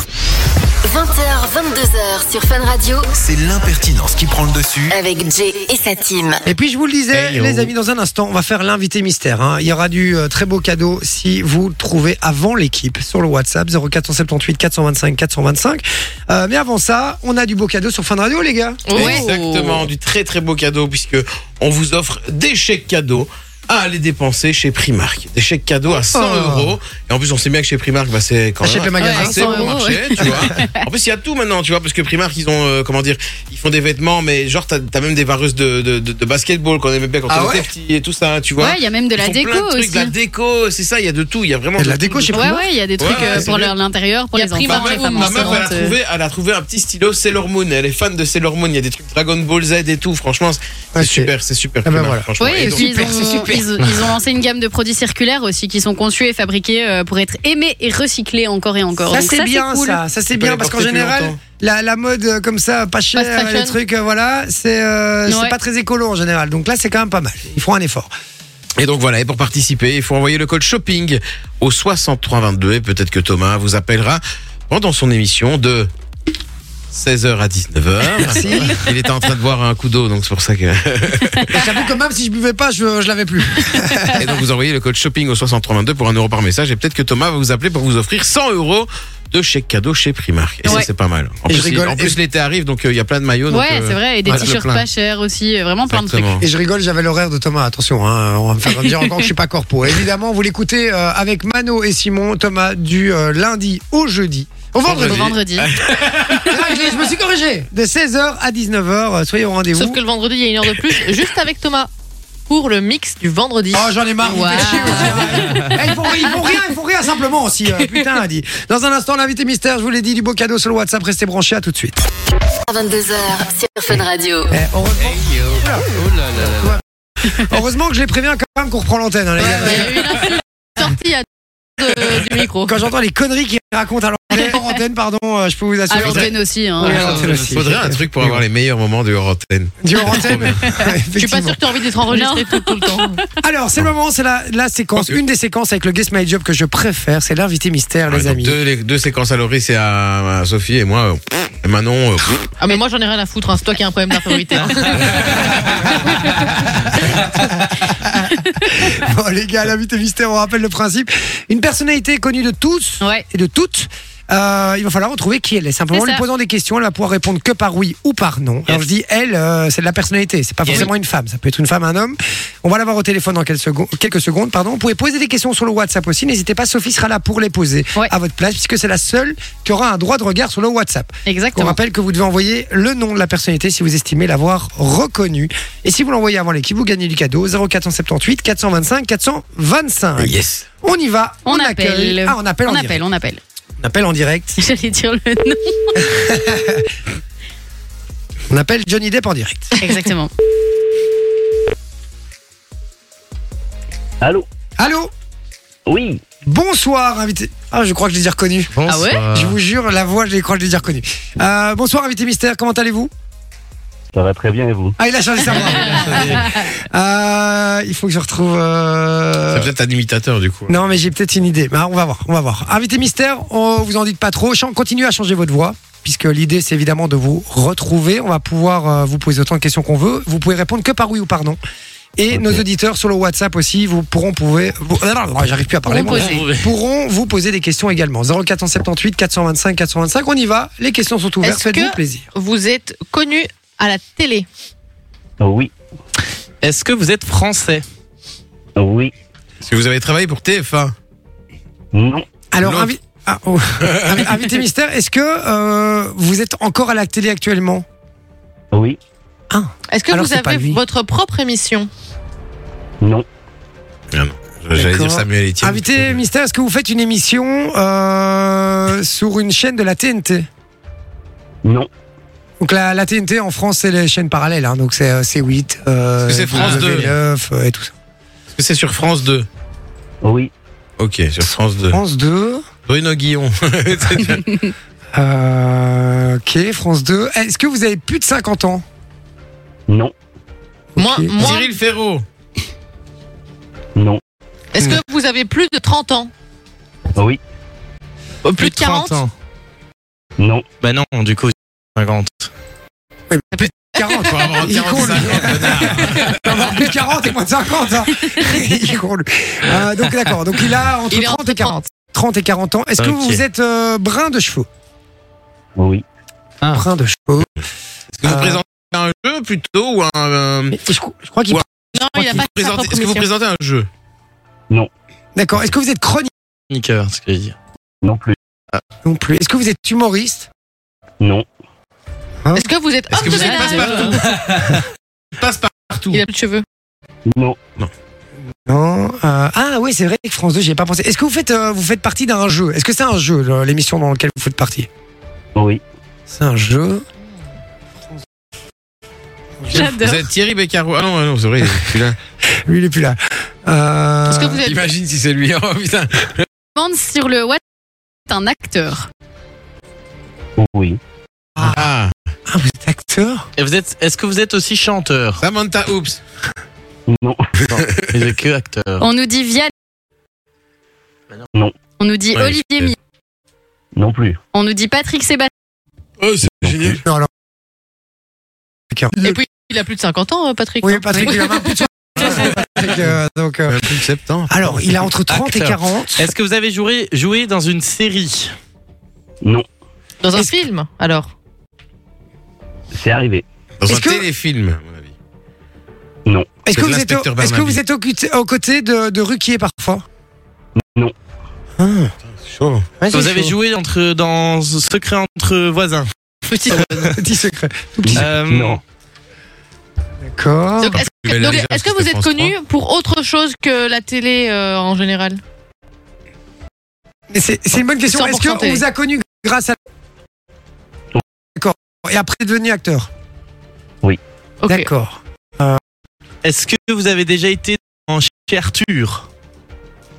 20h, 22h sur Fun Radio
C'est l'impertinence qui prend le dessus.
avec Jay et sa team.
Et puis je vous le disais,
Hey, yo.
les amis, dans un instant, on va faire l'invité mystère. hein. Il y aura du euh, très beau cadeau si vous le trouvez avant l'équipe sur le WhatsApp 0478 425 425. Euh, mais avant ça, on a du beau cadeau sur Fun Radio, les gars.
Ouais.
Exactement, du très très beau cadeau puisque on vous offre des chèques cadeaux à aller dépenser chez Primark. Des chèques cadeaux à 100
Oh.
euros. Et en plus, on sait bien que chez Primark, bah, c'est quand
Achète
même
le magasin.
un assez
100
bon
euros,
marché,
ouais.
tu vois. En plus, il y a tout maintenant, tu vois, parce que Primark, ils ont, euh, comment dire, ils font des vêtements, mais genre, t'as as même des vareuses de, de, de, de basketball qu'on aimait bien quand
Ah
on
ouais
était petit et tout ça, hein, tu vois.
Ouais, il y a même de
Ils
la
font plein
déco
de trucs,
aussi.
de la déco, c'est ça, il y a de tout, il y a vraiment
Il y a de la
tout.
déco chez
Ouais, ouais, il y a des trucs
Ouais,
euh,
c'est
pour
bien.
leur- l'intérieur, pour les enfants,
Ma
les
meuf,
femmes
ma meuf, elle, a
enceintes.
trouvé, elle a trouvé un petit stylo Sailor Moon. Elle est fan de Sailor Moon. Il y a des trucs Dragon Ball Z et tout. Franchement, c'est
Ok.
super, c'est
Ah
super.
ben
Primark,
voilà.
franchement.
Oui,
Et
et
donc-
puis ils ont, ils, ont- ils ont lancé une gamme de produits circulaires aussi qui sont conçus et fabriqués euh, pour être aimés et recyclés encore et encore.
Ça
Donc
c'est bien
cool.
ça, ça c'est
Tu peux
bien
les
parce qu'en
porter plus
général
longtemps.
la, la mode euh, comme ça pas cher
Fast fashion.
les trucs euh, voilà, c'est euh, c'est
Ouais.
pas très écolo en général. Donc là c'est quand même pas mal. Ils font un effort.
Et donc voilà, et pour participer, il faut envoyer le code shopping au 6322 et peut-être que Thomas vous appellera pendant son émission de 16h à 19h.
Merci.
Il était en train de boire un coup d'eau, donc c'est pour ça que...
J'avoue que même si je buvais pas, je, je l'avais plus.
Et donc vous envoyez le code shopping au 6322 pour un euro par message et peut-être que Thomas va vous appeler pour vous offrir 100 euros de chèques cadeaux chez Primark. Et ça,
Ouais.
c'est pas mal. En
Et je
plus, il-
rigole.
en plus, l'été arrive, donc euh, il y a plein de maillots. donc,
Ouais,
euh,
c'est vrai, et des
voilà,
t-shirts
plein.
pas chers aussi, euh, vraiment plein de trucs.
Exactement.
Et je rigole, j'avais l'horaire de Thomas. Attention, hein, on va me faire dire encore que je suis pas corpo. Évidemment, vous l'écoutez euh, avec Mano et Simon, Thomas, du euh, lundi au jeudi. Au vendredi.
Au vendredi.
Ah, je l'ai- je me suis corrigé. De 16h à 19h, euh, soyez au
Sauf
rendez-vous.
que le vendredi, il y a une heure de plus, juste avec Thomas, pour le mix du vendredi.
Oh, j'en ai marre, vous me faites chier aussi, ouais. Eh, ils, font, ils font rien, ils font rien simplement aussi. euh, putain, a dit. Dans un instant, l'invité mystère, je vous l'ai dit, du beau cadeau sur le WhatsApp. Restez branchés, à tout de suite.
22h sur Fun Radio.
Eh, heureusement, heureusement que je les préviens quand même qu'on reprend l'antenne, hein, les gars.
Il y a eu une insulte sortie à de- euh, du micro.
Quand j'entends les conneries qu'ils racontent à l'antenne, hors antenne, pardon, euh, je peux vous
À
assurer.
l'antenne aussi. hein.
Ouais,
Ah,
l'antenne
Il
aussi.
faudrait un truc pour
Oui,
avoir les meilleurs moments de hors antenne.
Du hors antenne.
Je suis pas sûr que tu as envie d'être enregistré tout, tout le temps.
Alors, c'est le moment, c'est la, la séquence,
Ok.
une des séquences avec le Guess My Job que je préfère, c'est l'invité mystère, les
Ouais, donc
amis.
Ah, Deux, les- deux séquences à Loris et à, à Sophie et moi. euh, pff, et Manon, euh, pff,
Ah, mais moi, j'en ai rien à foutre. hein. C'est toi qui as un problème d'infériorité. hein.
Bon, les gars, l'invité mystère, on rappelle le principe. Une personnalité connue de tous
Ouais.
et de toutes. Euh, il va falloir retrouver qui elle est. Simplement
C'est
lui
ça.
posant des questions, elle va pouvoir répondre que par oui ou par non. Alors je dis elle, euh, c'est de la personnalité. C'est pas forcément une femme. Ça peut être une femme, un homme. On va l'avoir au téléphone dans quelques secondes. Quelques secondes pardon. Vous pouvez poser des questions sur le WhatsApp aussi. N'hésitez pas, Sophie sera là pour les poser
Ouais.
à votre place, puisque c'est la seule qui aura un droit de regard sur le WhatsApp. On
Exactement.
rappelle que vous devez envoyer le nom de la personnalité si vous estimez l'avoir reconnu. Et si vous l'envoyez avant l'équipe, vous gagnez du cadeau 0478 425 425.
yes.
On y va.
On,
accueille-
appelle.
Ah, on appelle en
on
direct.
appelle, on appelle.
On appelle en direct.
J'allais dire le nom.
On appelle Johnny Depp en direct.
Exactement.
Allô
Allô
Oui
Bonsoir, invité. Ah, je crois que je l'ai déjà reconnu.
Bonsoir.
ouais
Ah
Je vous jure, la voix, je les crois que je l'ai déjà reconnue. Euh, bonsoir, invité mystère, comment allez-vous
Ça va très bien et vous
Ah, il a changé sa voix. Euh, il faut que je retrouve. euh,
C'est peut-être un imitateur du coup.
Non, mais j'ai peut-être une idée. Bah, on va voir, on va voir. Invité mystère, on vous en dites pas trop. Chan- Continuez à changer votre voix, puisque l'idée, c'est évidemment de vous retrouver. On va pouvoir euh, vous poser autant de questions qu'on veut. Vous pouvez répondre que par oui ou par non. Et nos auditeurs sur le WhatsApp aussi, vous Ah, pourront pouvoir. J'arrive plus à parler.
Pourront
moi. Pourront vous poser des questions également. 0478 425 425. On y va. Les questions sont ouvertes.
Est-ce
Faites-vous
que-
plaisir.
Vous êtes connu à la télé.
Oui,
Est-ce que vous êtes français
oui,
Si vous avez travaillé pour TF1,
non,
Alors,
L'autre.
invi- ah, oh. Invi- invité mystère, est-ce que euh, vous êtes encore à la télé actuellement
oui,
Est-ce que
Alors,
vous
c'est pas
avez
lui.
votre propre émission
non,
j'allais
D'accord.
dire Samuel Etienne.
Invité mystère, est-ce que vous faites une émission euh, sur une chaîne de la TNT
non,
donc la, la TNT en France c'est les chaînes parallèles, hein, donc c'est euh, C8, euh,
Parce que c'est France 2.
W9, euh, et tout ça.
Est-ce que c'est sur France 2
oui,
Ok, sur France 2.
France 2,
Bruno Guillon.
euh, ok France 2. Est-ce que vous avez plus de 50 ans
non,
Moi, moi
Cyril Ferraud.
non,
est-ce que vous avez plus de 30 ans
oui,
Oh,
Plus, de 40
30 ans.
non,
Bah non, du coup, 50.
40
Pour avoir
Il
45
court, lui.
ans, connard.
Faut avoir plus de 40 et moins de 50 hein. Il court, lui. Euh, Donc d'accord, donc il a entre
Il est
30
entre
et 40. 30 et 40 ans. Est-ce que
Ok.
vous êtes euh, brun de cheveux
oui,
Ah.
Brun de cheveux.
Est-ce que vous
Euh.
présentez un jeu plutôt ou un. euh,
Mais je, crois- je crois qu'il
Ouais.
Non, il a pas de sa
Présentez-
propre
Est-ce que vous
mission.
présentez un jeu
D'accord. Est-ce que vous êtes chroniqueur
Chroniqueur, ce que je dis.
Non plus.
Non plus. Est-ce que vous êtes humoriste
Non.
Est-ce que vous êtes
Est-ce
homme
que
de
vous êtes
ménage
passe-partout Passe partout.
Il a plus de cheveux.
Non.
Non. euh, ah oui, c'est vrai que France 2, j'y ai pas pensé. Est-ce que vous faites, euh, vous faites partie d'un jeu Est-ce que c'est un jeu, le- l'émission dans laquelle vous faites partie
Oui.
C'est un jeu.
J'adore.
Vous êtes Thierry Beccaro. Ah non, non, c'est vrai, il est plus là.
Lui, il est plus là. Euh,
Est-ce que vous êtes
Imagine si c'est lui. Oh putain.
Demande sur le what est un acteur.
Oui.
Ah,
ah, vous êtes acteur
Et vous êtes, est-ce que vous êtes aussi chanteur
Samantha Oops.
Non.
Non, vous êtes que acteur.
On nous dit Vianney.
Non.
On nous dit
Ouais,
Olivier
je-
Mi.
Non plus.
On nous dit Patrick Sébastien.
Oh, c'est génial.
Non, alors.
Et puis, il a plus de 50 ans, euh, Patrick.
Oui,
non
Patrick, il a même plus de soixante. Patrick, euh, donc, euh,
Plus de septembre.
Alors, il a entre 30 et
Acteur.
40.
Est-ce que vous avez joué, joué dans une série
Non.
Dans un
Est-ce que-
film, alors.
C'est arrivé.
Dans un
Est-ce que-
téléfilm, à mon avis.
Est-ce que,
C'est
vous êtes au-
l'inspecteur
est-ce que
Barnaby.
vous êtes au, cul- aux côtés de, de Ruquier parfois
Non.
Ah,
C'est chaud.
ouais,
Est-ce que
c'est
Vous avez
chaud.
joué entre, dans Secret entre voisins
Petit.
Petit secret.
Euh,
Non.
D'accord.
Donc, est-ce
Mais
que,
là,
donc,
déjà,
est-ce que
c'était
vous êtes
France
connu pour autre chose que la télé euh, en général
Mais C'est c'est une bonne question. Est-ce
100%
qu'on
télé.
vous a connu grâce à. D'accord. Et après, devenu acteur
Ok.
D'accord.
Est-ce que vous avez déjà été en chez Arthur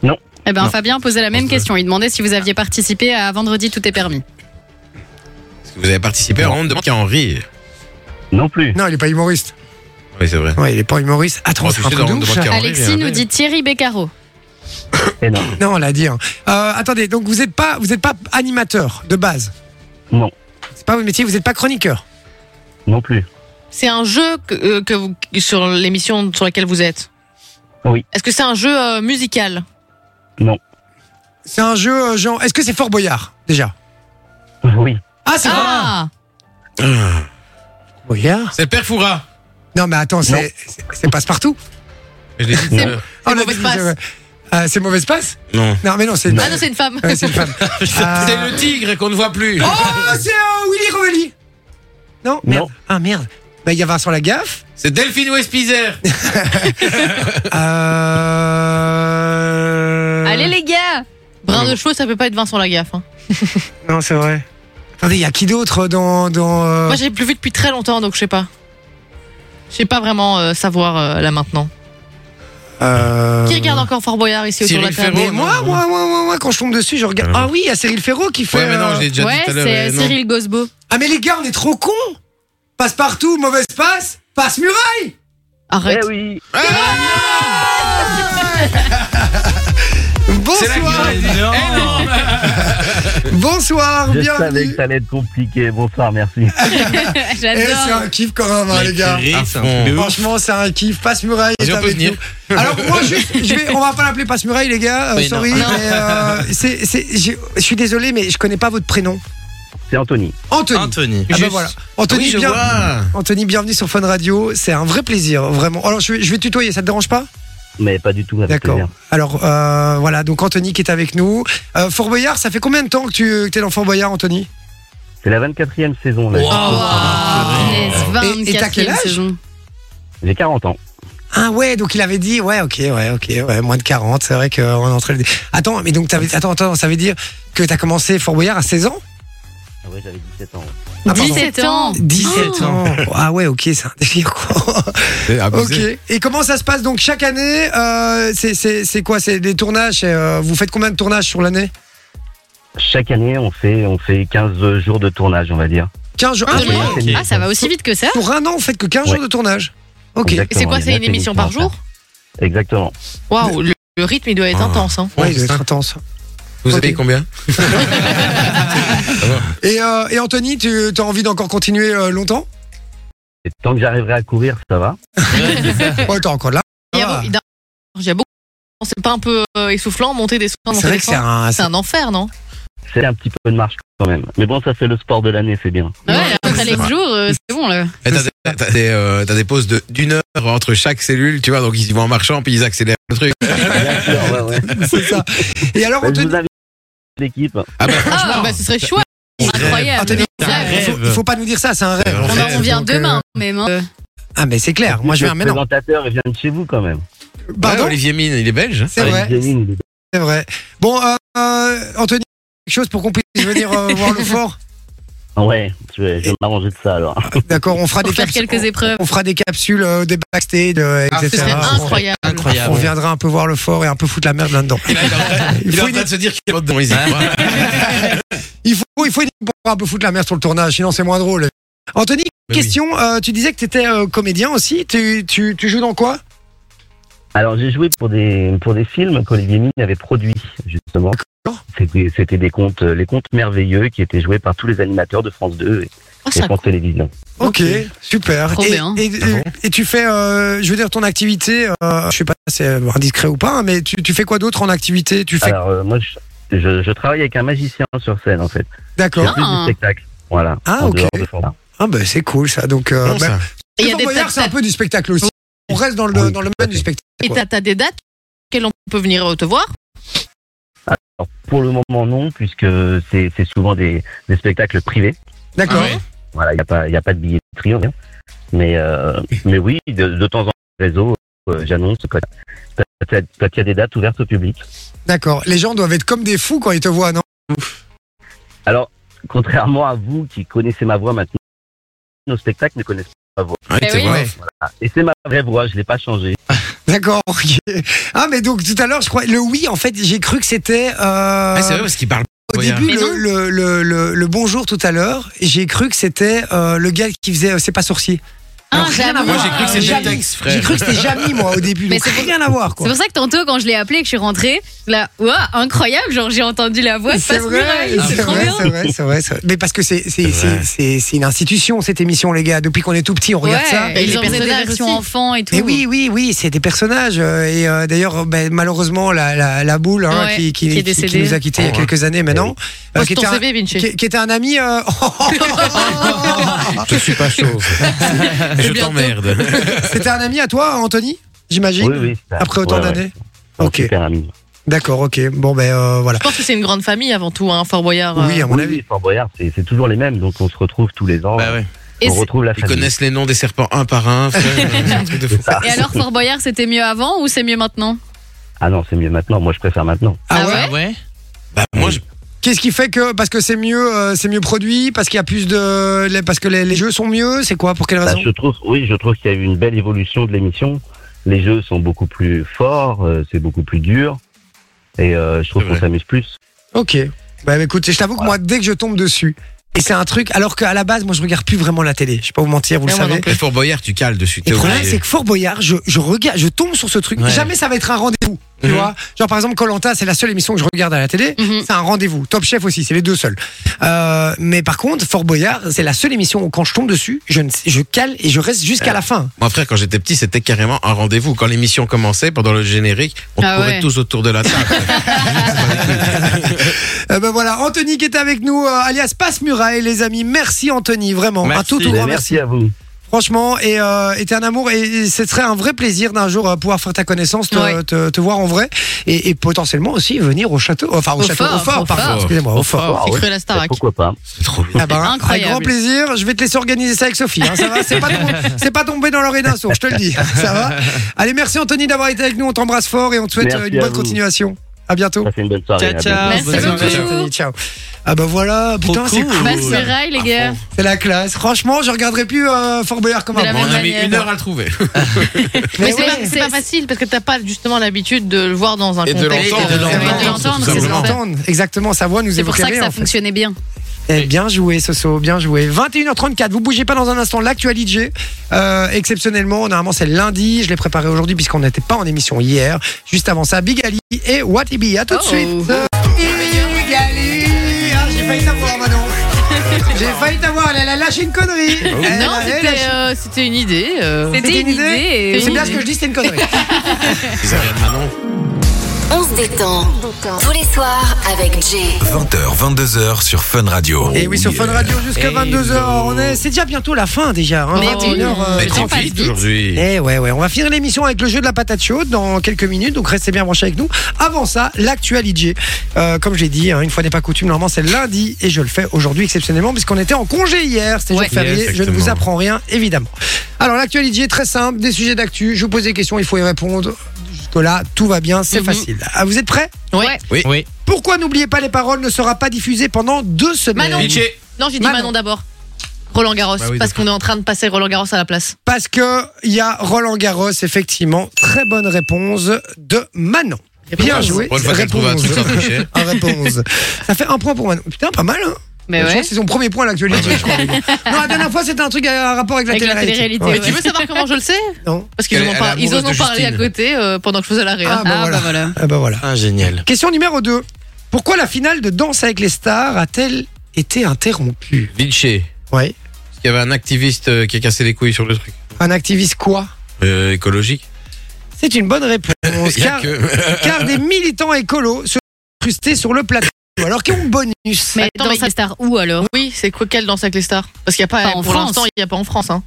Eh ben,
Non.
Fabien posait la même
Non.
question. Il demandait si vous aviez participé à Vendredi Tout est permis.
Est-ce que vous avez participé à Ronde de qui en rire
Non plus.
Non, il est pas humoriste.
Oui, c'est vrai.
Ouais, il est pas humoriste. Attends,
Oh,
c'est
tu
un
sais,
peu
dans
de
Ronde de
ouf,
Bois
ça.
Carré,
Alexis
regardez.
nous dit Thierry Beccaro.
Et non.
Non, on l'a dit. hein. Euh, attendez, donc vous n'êtes pas, vous êtes pas animateur de base.
Non.
C'est pas votre métier. Vous n'êtes pas chroniqueur.
Non plus.
C'est un jeu que, euh, que vous, sur l'émission sur laquelle vous êtes
Oui.
Est-ce que c'est un jeu euh, musical
C'est un jeu euh, genre. Est-ce que c'est Fort Boyard déjà
Oui.
Ah, c'est
Ah
Ah,
Fort Boyard.
C'est le père Foura.
Non, mais attends, c'est c'est- c'est passe-partout.
Je l'ai dit tout à l'heure.
Ah, on a
Mauvaise
dit-
Passe.
euh, euh, C'est mauvaise passe
Non.
Non, mais non, c'est.
Ah non, c'est une femme.
Ouais, c'est une femme. Euh,
C'est le tigre qu'on ne voit plus.
Oh, c'est euh, Willy Rovelli Non,
Non.
merde. Ah merde. Bah, il y a Vincent Lagaffe.
C'est Delphine Westpizer.
Euh...
Allez les gars
Brin de cheveux, ça peut pas être Vincent Lagaffe. hein.
Non, c'est vrai. Attendez, il y a qui d'autre dans. dans euh,
Moi, j'ai plus vu depuis très longtemps, donc je sais pas. Je sais pas vraiment euh, savoir euh, là maintenant.
euh,
Qui regarde encore Fort Boyard ici autour de la
Cyril
table
Ferraud.
Mais moi, moi, moi, moi, moi, quand je tombe dessus, je regarde.
Ah non.
Ah oui, il y a Cyril Ferraud qui fait.
Ouais, mais non,
euh,
je l'ai déjà
Ouais,
dit tout à l'heure.
c'est
et non.
Cyril Gosbeau.
Ah, mais les gars, on est trop cons Passe partout, mauvaise passe, passe muraille
Arrête.
Eh oui.
Bonsoir
Ah, Non
Bonsoir,
Je savais que
bienvenue
ça allait être compliqué. Bonsoir, merci.
Eh, c'est
J'adore.
un kiff quand même, hein, les gars
À
c'est
fond.
un truc de ouf.
Franchement, c'est un kiff. Passe Muraille
Vas-y,
est
on peut
avec
venir.
nous. Alors moi, juste, je vais, on va pas l'appeler Passe Muraille, les gars. euh,
Oui, non.
sorry,
Ah
Non.
mais euh, c'est- c'est- j'ai- je suis désolé, mais je connais pas votre prénom.
C'est Anthony.
Anthony.
Anthony.
Ah bah
Juste.
voilà. Anthony,
Oui, je
bien-
vois.
Anthony, bienvenue sur Fun Radio. C'est un vrai plaisir, vraiment. Alors je vais, je vais tutoyer, ça te dérange pas
Mais pas du tout avec
D'accord.
plaisir.
Alors euh, voilà, donc Anthony qui est avec nous. Euh, Fort Boyard, ça fait combien de temps que tu es dans Fort Boyard, Anthony
C'est la 24e saison. Là.
Ah.
Yes,
Et- et t'as quel
24e
âge
saison.
J'ai 40 ans.
Ah ouais, donc il avait dit ouais, ok, ouais, ok, ouais, moins de 40, c'est vrai qu'on est en train de. Attends, mais donc t'avais- attends, attends, ça veut dire que t'as commencé Fort Boyard à 16 ans
Ah ouais, j'avais 17 ans.
Ah, pardon.
17 ans
17 ans. Ah ouais, ok, c'est un délire quoi.
C'est
ok.
abusé.
Et comment ça se passe donc chaque année euh, c'est- C'est c'est quoi C'est des tournages euh, Vous faites combien de tournages sur l'année
Chaque année, on fait, on fait 15 jours de tournage, on va dire.
15 jours. Ah
Ah
ouais,
ouais.
Ok.
Ah, ça va aussi vite que ça
Pour un an, vous faites que 15
Ouais.
jours de tournage. Ok.
Et c'est
Exactement,
quoi
il y
C'est
en a
une
qui
émission
sont
par
à
jour
faire. Exactement.
Waouh, le, le rythme, il doit être
Ah.
intense. Hein.
Ouais,
Ouais,
il doit
c'est
être
ça.
intense.
Vous
Ok.
avez combien
Et, euh, et Anthony, tu as envie d'encore continuer euh, longtemps
Et tant que j'arriverai à courir, ça va.
Ouais, t'es encore là.
Il y a,
Ah.
beau- il y a- il y a beaucoup. C'est pas un peu euh, essoufflant, monter des soins,
C'est
monter
vrai
des
que c'est
soins.
un.
C'est un enfer, non
c'est un petit peu de marche quand même. Mais bon, ça fait le sport de l'année, c'est bien.
Ouais, après les jours, euh, c'est bon là.
Et T'as des, t'as des, euh, t'as des pauses de- d'une heure entre chaque cellule, tu vois, donc ils y vont en marchant, puis ils accélèrent le truc.
C'est ça. Et alors, on te dit.
L'équipe.
Ah bah,
Ah, bah, ce serait chouette.
Ah, t'as
Incroyable.
dit-
C'est un
Il faut,
rêve.
il faut pas nous dire ça, c'est un rêve.
Bah, On en revient
Donc, euh,
demain même. hein.
Ah, mais c'est clair. Moi, je viens
Le
maintenant.
présentateur, il vient de chez vous quand même.
Pardon
Ouais, Olivier Mine, il est belge. hein.
C'est vrai.
Olivier Mine, il est-
C'est vrai. Bon, euh, euh, Anthony, quelque chose pour qu'on puisse venir euh, voir le fort
Ah Ouais, je vais, je vais m'arranger de ça alors.
D'accord, on fera
Pour
des
faire
capsules.
quelques épreuves.
On fera des capsules, euh, des backstage, euh,
Ah,
etc.
ce serait
On-
Incroyable.
On
Incroyable.
viendra un peu voir le fort et un peu foutre la merde là-dedans.
Il est en train- il est en train de se dire qu'il rentre dans les épreuves.
Il faut, il faut une équipe pour un peu foutre la merde sur le tournage, sinon c'est moins drôle. Anthony,
Mais
question, euh, tu disais que tu étais comédien aussi. Tu, tu, tu joues dans quoi
Alors j'ai joué pour des pour des films qu'Olivier Mine avait produits justement.
D'accord.
C'était c'était des contes les contes merveilleux qui étaient joués par tous les animateurs de France 2 et,
Oh,
et
ça
France Télévisions.
Ok, super.
Trop
et,
bien.
et-
Ah
et tu fais, euh, je veux dire, ton activité, euh, je sais pas si c'est indiscret ou pas, hein, mais tu, tu fais quoi d'autre en activité Tu fais.
Alors euh, moi je, je je travaille avec un magicien sur scène en fait. C'est
D'accord.
plus du
Ah.
spectacle. Voilà.
Ah,
en
ok.
dehors de France.
Ah, ben c'est cool ça. Donc, euh,
Bon,
bah,
ça.
Et il y a
Fort
des
Boyard, c'est un peu du spectacle aussi. On reste dans le,
Oui,
dans le
tout à
domaine du
fait.
spectacle.
Et
quoi.
t'as t'as des dates auxquelles on peut venir euh, te voir
Alors, pour le moment non puisque c'est c'est souvent des des spectacles privés.
D'accord.
Ah ouais.
Voilà, il n'y a, pas- y a pas de billetterie, rien. Mais, euh, mais oui, de, de temps en temps, sur le réseau, euh, j'annonce quand quand il y a des dates ouvertes au public.
D'accord. Les gens doivent être comme des fous quand ils te voient, non
Alors, contrairement à vous qui connaissez ma voix maintenant, nos spectacles ne connaissent pas ma voix.
Ouais,
Eh
t'es
oui.
vrai.
Voilà. Et c'est ma vraie voix, je l'ai pas changée.
D'accord. ok. Ah, mais donc tout à l'heure, je crois. Le oui, en fait, j'ai cru que c'était. euh,
Ouais, Ah, c'est vrai parce qu'il parle.
Au
Voyard.
début,
Mais non.
le, le, le, le- le bonjour tout à l'heure, j'ai cru que c'était euh, le gars qui faisait euh, C'est pas sorcier.
Ah,
Alors, rien à
j'avoue.
Moi j'ai
voir.
cru que c'était
Jamais.
le texte, frère.
Ah, J'ai cru que c'était Jamy, moi, au début.
Mais
donc
c'est pour-
rien à voir,
C'est
quoi.
pour ça que tantôt, quand je l'ai appelé et que je suis rentrée, là, ouah, incroyable, genre j'ai entendu la voix de
C'est
Passe
vrai,
Muraille,
c'est
c'est trop
vrai,
bien.
c'est vrai, c'est vrai, c'est vrai. Mais parce que c'est c'est-
C'est vrai.
c'est- c'est- c'est une institution, cette émission, les gars. Depuis qu'on est tout petit, on regarde ça.
Ouais,
Et les
ils ont des
personnages
versions
aussi.
enfants et tout.
Mais Eh oui, oui, oui, c'est des personnages. euh, Et euh, d'ailleurs, ben, malheureusement, la, la, la boule hein,
Ouais,
qui, qui,
qui est
qui- qui
décédée.
nous a quittés il y
Oh,
a quelques années maintenant,
Eh
euh,
Poste
qui,
ton
était un,
CV, Vinci.
qui- qui était un ami. euh,
Je suis pas chauve. je
bientôt.
t'emmerde.
C'était un ami à toi, Anthony, j'imagine
Oui, oui. c'est ça.
Après autant
Ouais, ouais.
d'années
Un
Ok.
Super ami.
D'accord, ok. Bon, ben euh, voilà.
Je pense que c'est une grande famille avant tout, hein, Fort Boyard. euh.
Oui, à mon
Oui,
avis.
oui, Fort Boyard, c'est c'est toujours les mêmes, donc on se retrouve tous les ans.
Bah ouais.
Et
on
c'est-
retrouve la
Ils
famille.
connaissent les noms des serpents un par un. frère. C'est un truc de fou.
C'est ça.
Et
hein.
alors, Fort Boyard, c'était mieux avant ou c'est mieux maintenant
Ah non, c'est mieux maintenant. Moi, je préfère maintenant.
Ah ouais
Ah ouais
Bah, moi, je-
Qu'est-ce qui fait que parce que c'est mieux, euh, c'est mieux produit, parce qu'il y a plus de, les- parce que les, les jeux sont mieux, c'est quoi pour quelle
Bah,
raison
je trouve, oui, je trouve qu'il y a eu une belle évolution de l'émission. Les jeux sont beaucoup plus forts, euh, c'est beaucoup plus dur, et euh, je trouve
C'est vrai.
qu'on s'amuse plus.
Ok. Bah écoute, je t'avoue que moi, dès que je tombe dessus, et c'est un truc, alors qu'à la base, moi, je regarde plus vraiment la télé. Je vais pas vous mentir, vous le
Ouais, moi non
savez.
Et Fort Boyard, tu cales dessus.
Et
t'es
le problème,
obligé.
c'est que Fort Boyard, je, je regarde, je tombe sur ce truc.
Ouais.
Jamais ça va être un rendez-vous. Tu
Mhm.
vois Genre, par exemple, Colanta, c'est la seule émission que je regarde à la télé.
Mhm.
C'est un rendez-vous. Top Chef aussi, c'est les deux seuls. Euh, mais par contre, Fort Boyard, c'est la seule émission où quand je tombe dessus, je, ne, je cale et je reste jusqu'à la fin.
Moi, frère, quand j'étais petit, c'était carrément un rendez-vous. Quand l'émission commençait, pendant le générique, on
Ah
courait
ouais.
tous autour de la table.
Euh, ben voilà, Anthony qui est avec nous, euh, alias Passe Muraille, les amis. Merci Anthony, vraiment. Un
Merci.
tout, tout
Mais
grand
merci à vous.
Franchement, et euh, et t'es un amour, et, et ce serait un vrai plaisir d'un jour euh, pouvoir faire ta connaissance, te,
Ouais.
te, te voir en vrai, et, et potentiellement aussi venir au château, enfin au,
Au
château,
fort,
au fort,
au
pardon,
fort.
excusez-moi, au Oh, fort.
Ah
J'ai
ouais,
cru à Oh, la Starac.
Pourquoi pas
C'est trop bien.
Ah ben, avec
Incroyable.
grand plaisir, je vais te laisser organiser ça avec Sophie. hein, ça va, c'est pas, tombé- c'est pas tombé dans l'oreille d'un sourd, je te le dis. Ça va. Allez, merci Anthony d'avoir été avec nous. On t'embrasse fort et on te souhaite
Merci
euh, une
à
bonne
vous.
continuation. À bientôt.
Passez une bonne soirée. à
Ciao,
bientôt.
ciao.
Merci
Bonne
beaucoup.
soirée.
Merci Anthony, ciao. Ah bah voilà,
Trop
putain, c'est
cool.
cool.
Passe Muraille, les gars.
C'est la classe. Franchement, je regarderai plus euh, Fort Boyard comme
De la
avant.
Bon, on a mis
manière.
une heure à le trouver.
Mais
Mais ouais.
c'est pas- c'est pas, facile parce que t'as pas justement l'habitude de le voir dans un
Et de
contexte.
l'entendre.
euh,
Et de
vraiment.
l'entendre. l'entendre,
Et de
c'est ça.
l'entendre. Exactement, sa voix nous
C'est pour
évoquait
ça que
rien,
ça
en fait.
fonctionnait bien.
Eh, bien joué, Soso, bien joué. 21h34, vous bougez pas dans un instant. L'actualité, euh, exceptionnellement, normalement c'est lundi. Je l'ai préparé aujourd'hui puisqu'on n'était pas en émission hier. Juste avant ça, Big Ali et What Ibi. À tout de
Oh.
suite. Big Ali. Ah, J'ai failli t'avoir, Manon. J'ai failli t'avoir. Elle a lâché une connerie. Eh, Elle
Non,
a
c'était
lâché-
euh, c'était une idée. euh.
C'était une idée.
C'est
et-
bien ce que je dis, c'était une connerie. Euh,
Ils avaient rien de Manon.
On se détend. Tous les soirs avec Jay.
20h, 22h sur Fun Radio. Oh
Et Eh oui, sur Fun Radio jusqu'à
Eh
22h. On est, c'est déjà bientôt la fin déjà. Hein,
Mais
21h,
oui.
euh,
Mais trop
38.
vite aujourd'hui.
Eh ouais, ouais. On va finir l'émission avec le jeu de la patate chaude dans quelques minutes. Donc restez bien branchés avec nous. Avant ça, l'actualité. Euh, comme j'ai dit, hein, une fois n'est pas coutume, normalement c'est lundi et je le fais aujourd'hui exceptionnellement puisqu'on était en congé hier. C'était jour
Ouais.
férié.
Yes,
Je ne vous
exactement.
apprends rien, évidemment. Alors l'actualité est très simple. Des sujets d'actu. Je vous pose des questions, il faut y répondre. Jusque là, tout va bien, c'est facile. Ah, vous êtes prêts
Ouais.
Oui.
Oui.
Pourquoi n'oubliez pas les paroles ne sera pas diffusée pendant deux semaines
Manon. Vinci. Non, j'ai dit
Manon.
Manon, d'abord. Roland Garros,
Bah oui,
parce qu'on est en train de passer Roland Garros à la place.
Parce que il y a Roland Garros, effectivement. Très bonne réponse de Manon. Bien
Réponse.
joué.
Pour une fois qu'elle trouve un truc sans tricher.
Un réponse. Ça fait un point pour Manon. Putain, pas mal, hein
Mais
Je crois
ouais.
que C'est son premier point à l'actualité, je crois. les gars. Non, la dernière fois, c'était un truc à, à rapport avec la
Avec la
télé-réalité.
télé-réalité,
Ouais.
ouais.
Tu veux savoir comment je le sais
Non.
Parce qu'ils
Elle-
en ont
elle est
par- ils en
amoureuse
ont
de
parlé à
Justine.
côté euh, pendant que je faisais la réa.
Ah, bah voilà. Ah, bah voilà.
Ah, génial.
Question numéro 2. Pourquoi la finale de Danse avec les stars a-t-elle été interrompue
Vinci.
Ouais.
Parce qu'il y avait un activiste euh, qui a cassé les couilles sur le truc.
Un activiste quoi
Euh, écologique.
C'est une bonne réponse.
Il y a
car,
que-
car des militants écolos se sont incrustés sur le plateau. Alors qu'ils ont bonus.
Mais
Attends,
dans
mais-
sa star où alors
Oui, c'est quoi quelle danse avec les stars Parce qu'il n'y a pas,
Pas en
pour
France.
l'instant, il n'y a pas en France. Hein.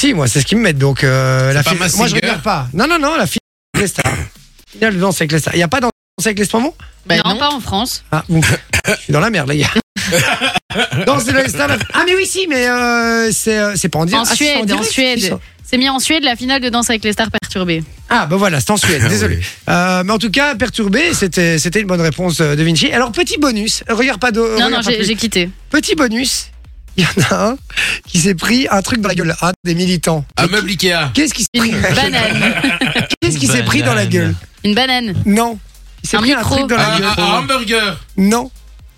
Si, moi, c'est ce qu'ils me mettent. Donc, euh, la
pas
fille-
Mazinger
Moi, je regarde pas. Non, non, non, la fille avec les stars. Finale de danse avec les stars. Il n'y a pas de danse avec les spamons
Bah,
non,
non,
pas en France.
Ah, ouf. je suis dans la merde, les gars. danse avec les stars. la- Ah, mais oui, si, mais euh, c'est euh, c'est pas en direct.
En
Ah, si, c'est
Suède, en
direct.
Suède.
Ils sont-
C'est mis en Suède la finale de Danse avec les stars perturbées.
Ah, ben voilà, c'est en Suède, désolé.
oui.
Euh, mais en tout cas, perturbé, c'était c'était une bonne réponse euh, de Vinci. Alors, petit bonus. Regarde pas de.
Non,
regarde
non,
pas
j'ai
plus.
j'ai quitté.
Petit bonus, il y en a un qui s'est pris un truc dans la gueule, un des militants.
Un meuble Ikea.
Qu'est-ce qui s'est pris,
Une banane.
qu'est-ce qui s'est pris dans la gueule
Une banane.
Non. Il s'est
Un
pris
micro.
un truc dans
Un,
la gueule.
un- un hamburger.
Non.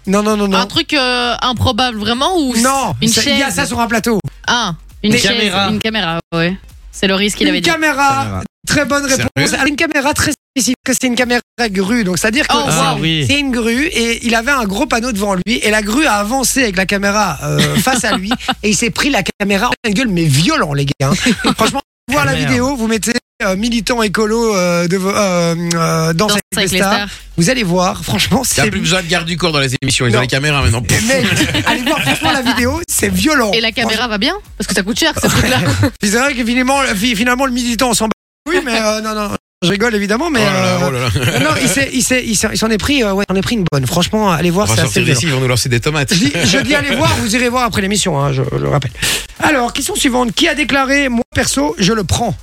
Non, non, non, non.
Un truc euh, improbable vraiment ou
non,
une
ça-
chaise
il y a ça sur un plateau.
Ah,
Une
Des
chaise,
caméras.
Une caméra, ouais. C'est le risque qu'il avait
Une
dit.
caméra, très bonne réponse.
Sérieux
Alors, Une caméra très spécifique, que c'est une caméra grue. Donc, c'est-à-dire que
Oh,
c'est-
Ah oui.
c'est une grue et il avait un gros panneau devant lui et la grue a avancé avec la caméra euh, face à lui et il s'est pris la caméra en pleine gueule, mais violent, les gars. hein. Franchement, voir la
Merde.
vidéo, vous mettez euh, militant écolo euh, de, vo- euh, euh, dans
Danse
cette
avec les stars.
Vous allez voir, franchement,
Il n'y
c'est.
a plus besoin de garde du corps dans les émissions. Ils
Non.
ont les caméras maintenant.
Mais allez voir franchement la vidéo, c'est violent.
et la caméra va bien Parce que ça coûte cher ces trucs-là.
Puis C'est vrai que finalement, fi- finalement le militant on s'en bat. Oui, mais euh, non, non, je rigole évidemment, mais
Oh là là,
euh,
oh là là.
non, il s'est- il s'est- il s'en il s'en est pris, euh, ouais, on est pris une bonne. Franchement, allez
On
voir,
va
c'est assez
sortir
violent.
d'ici, ils vont nous lancer des tomates.
Je dis, je dis allez voir, vous irez voir après l'émission, hein, je, je le rappelle. Alors, question suivante. Qui a déclaré, moi perso, je le prends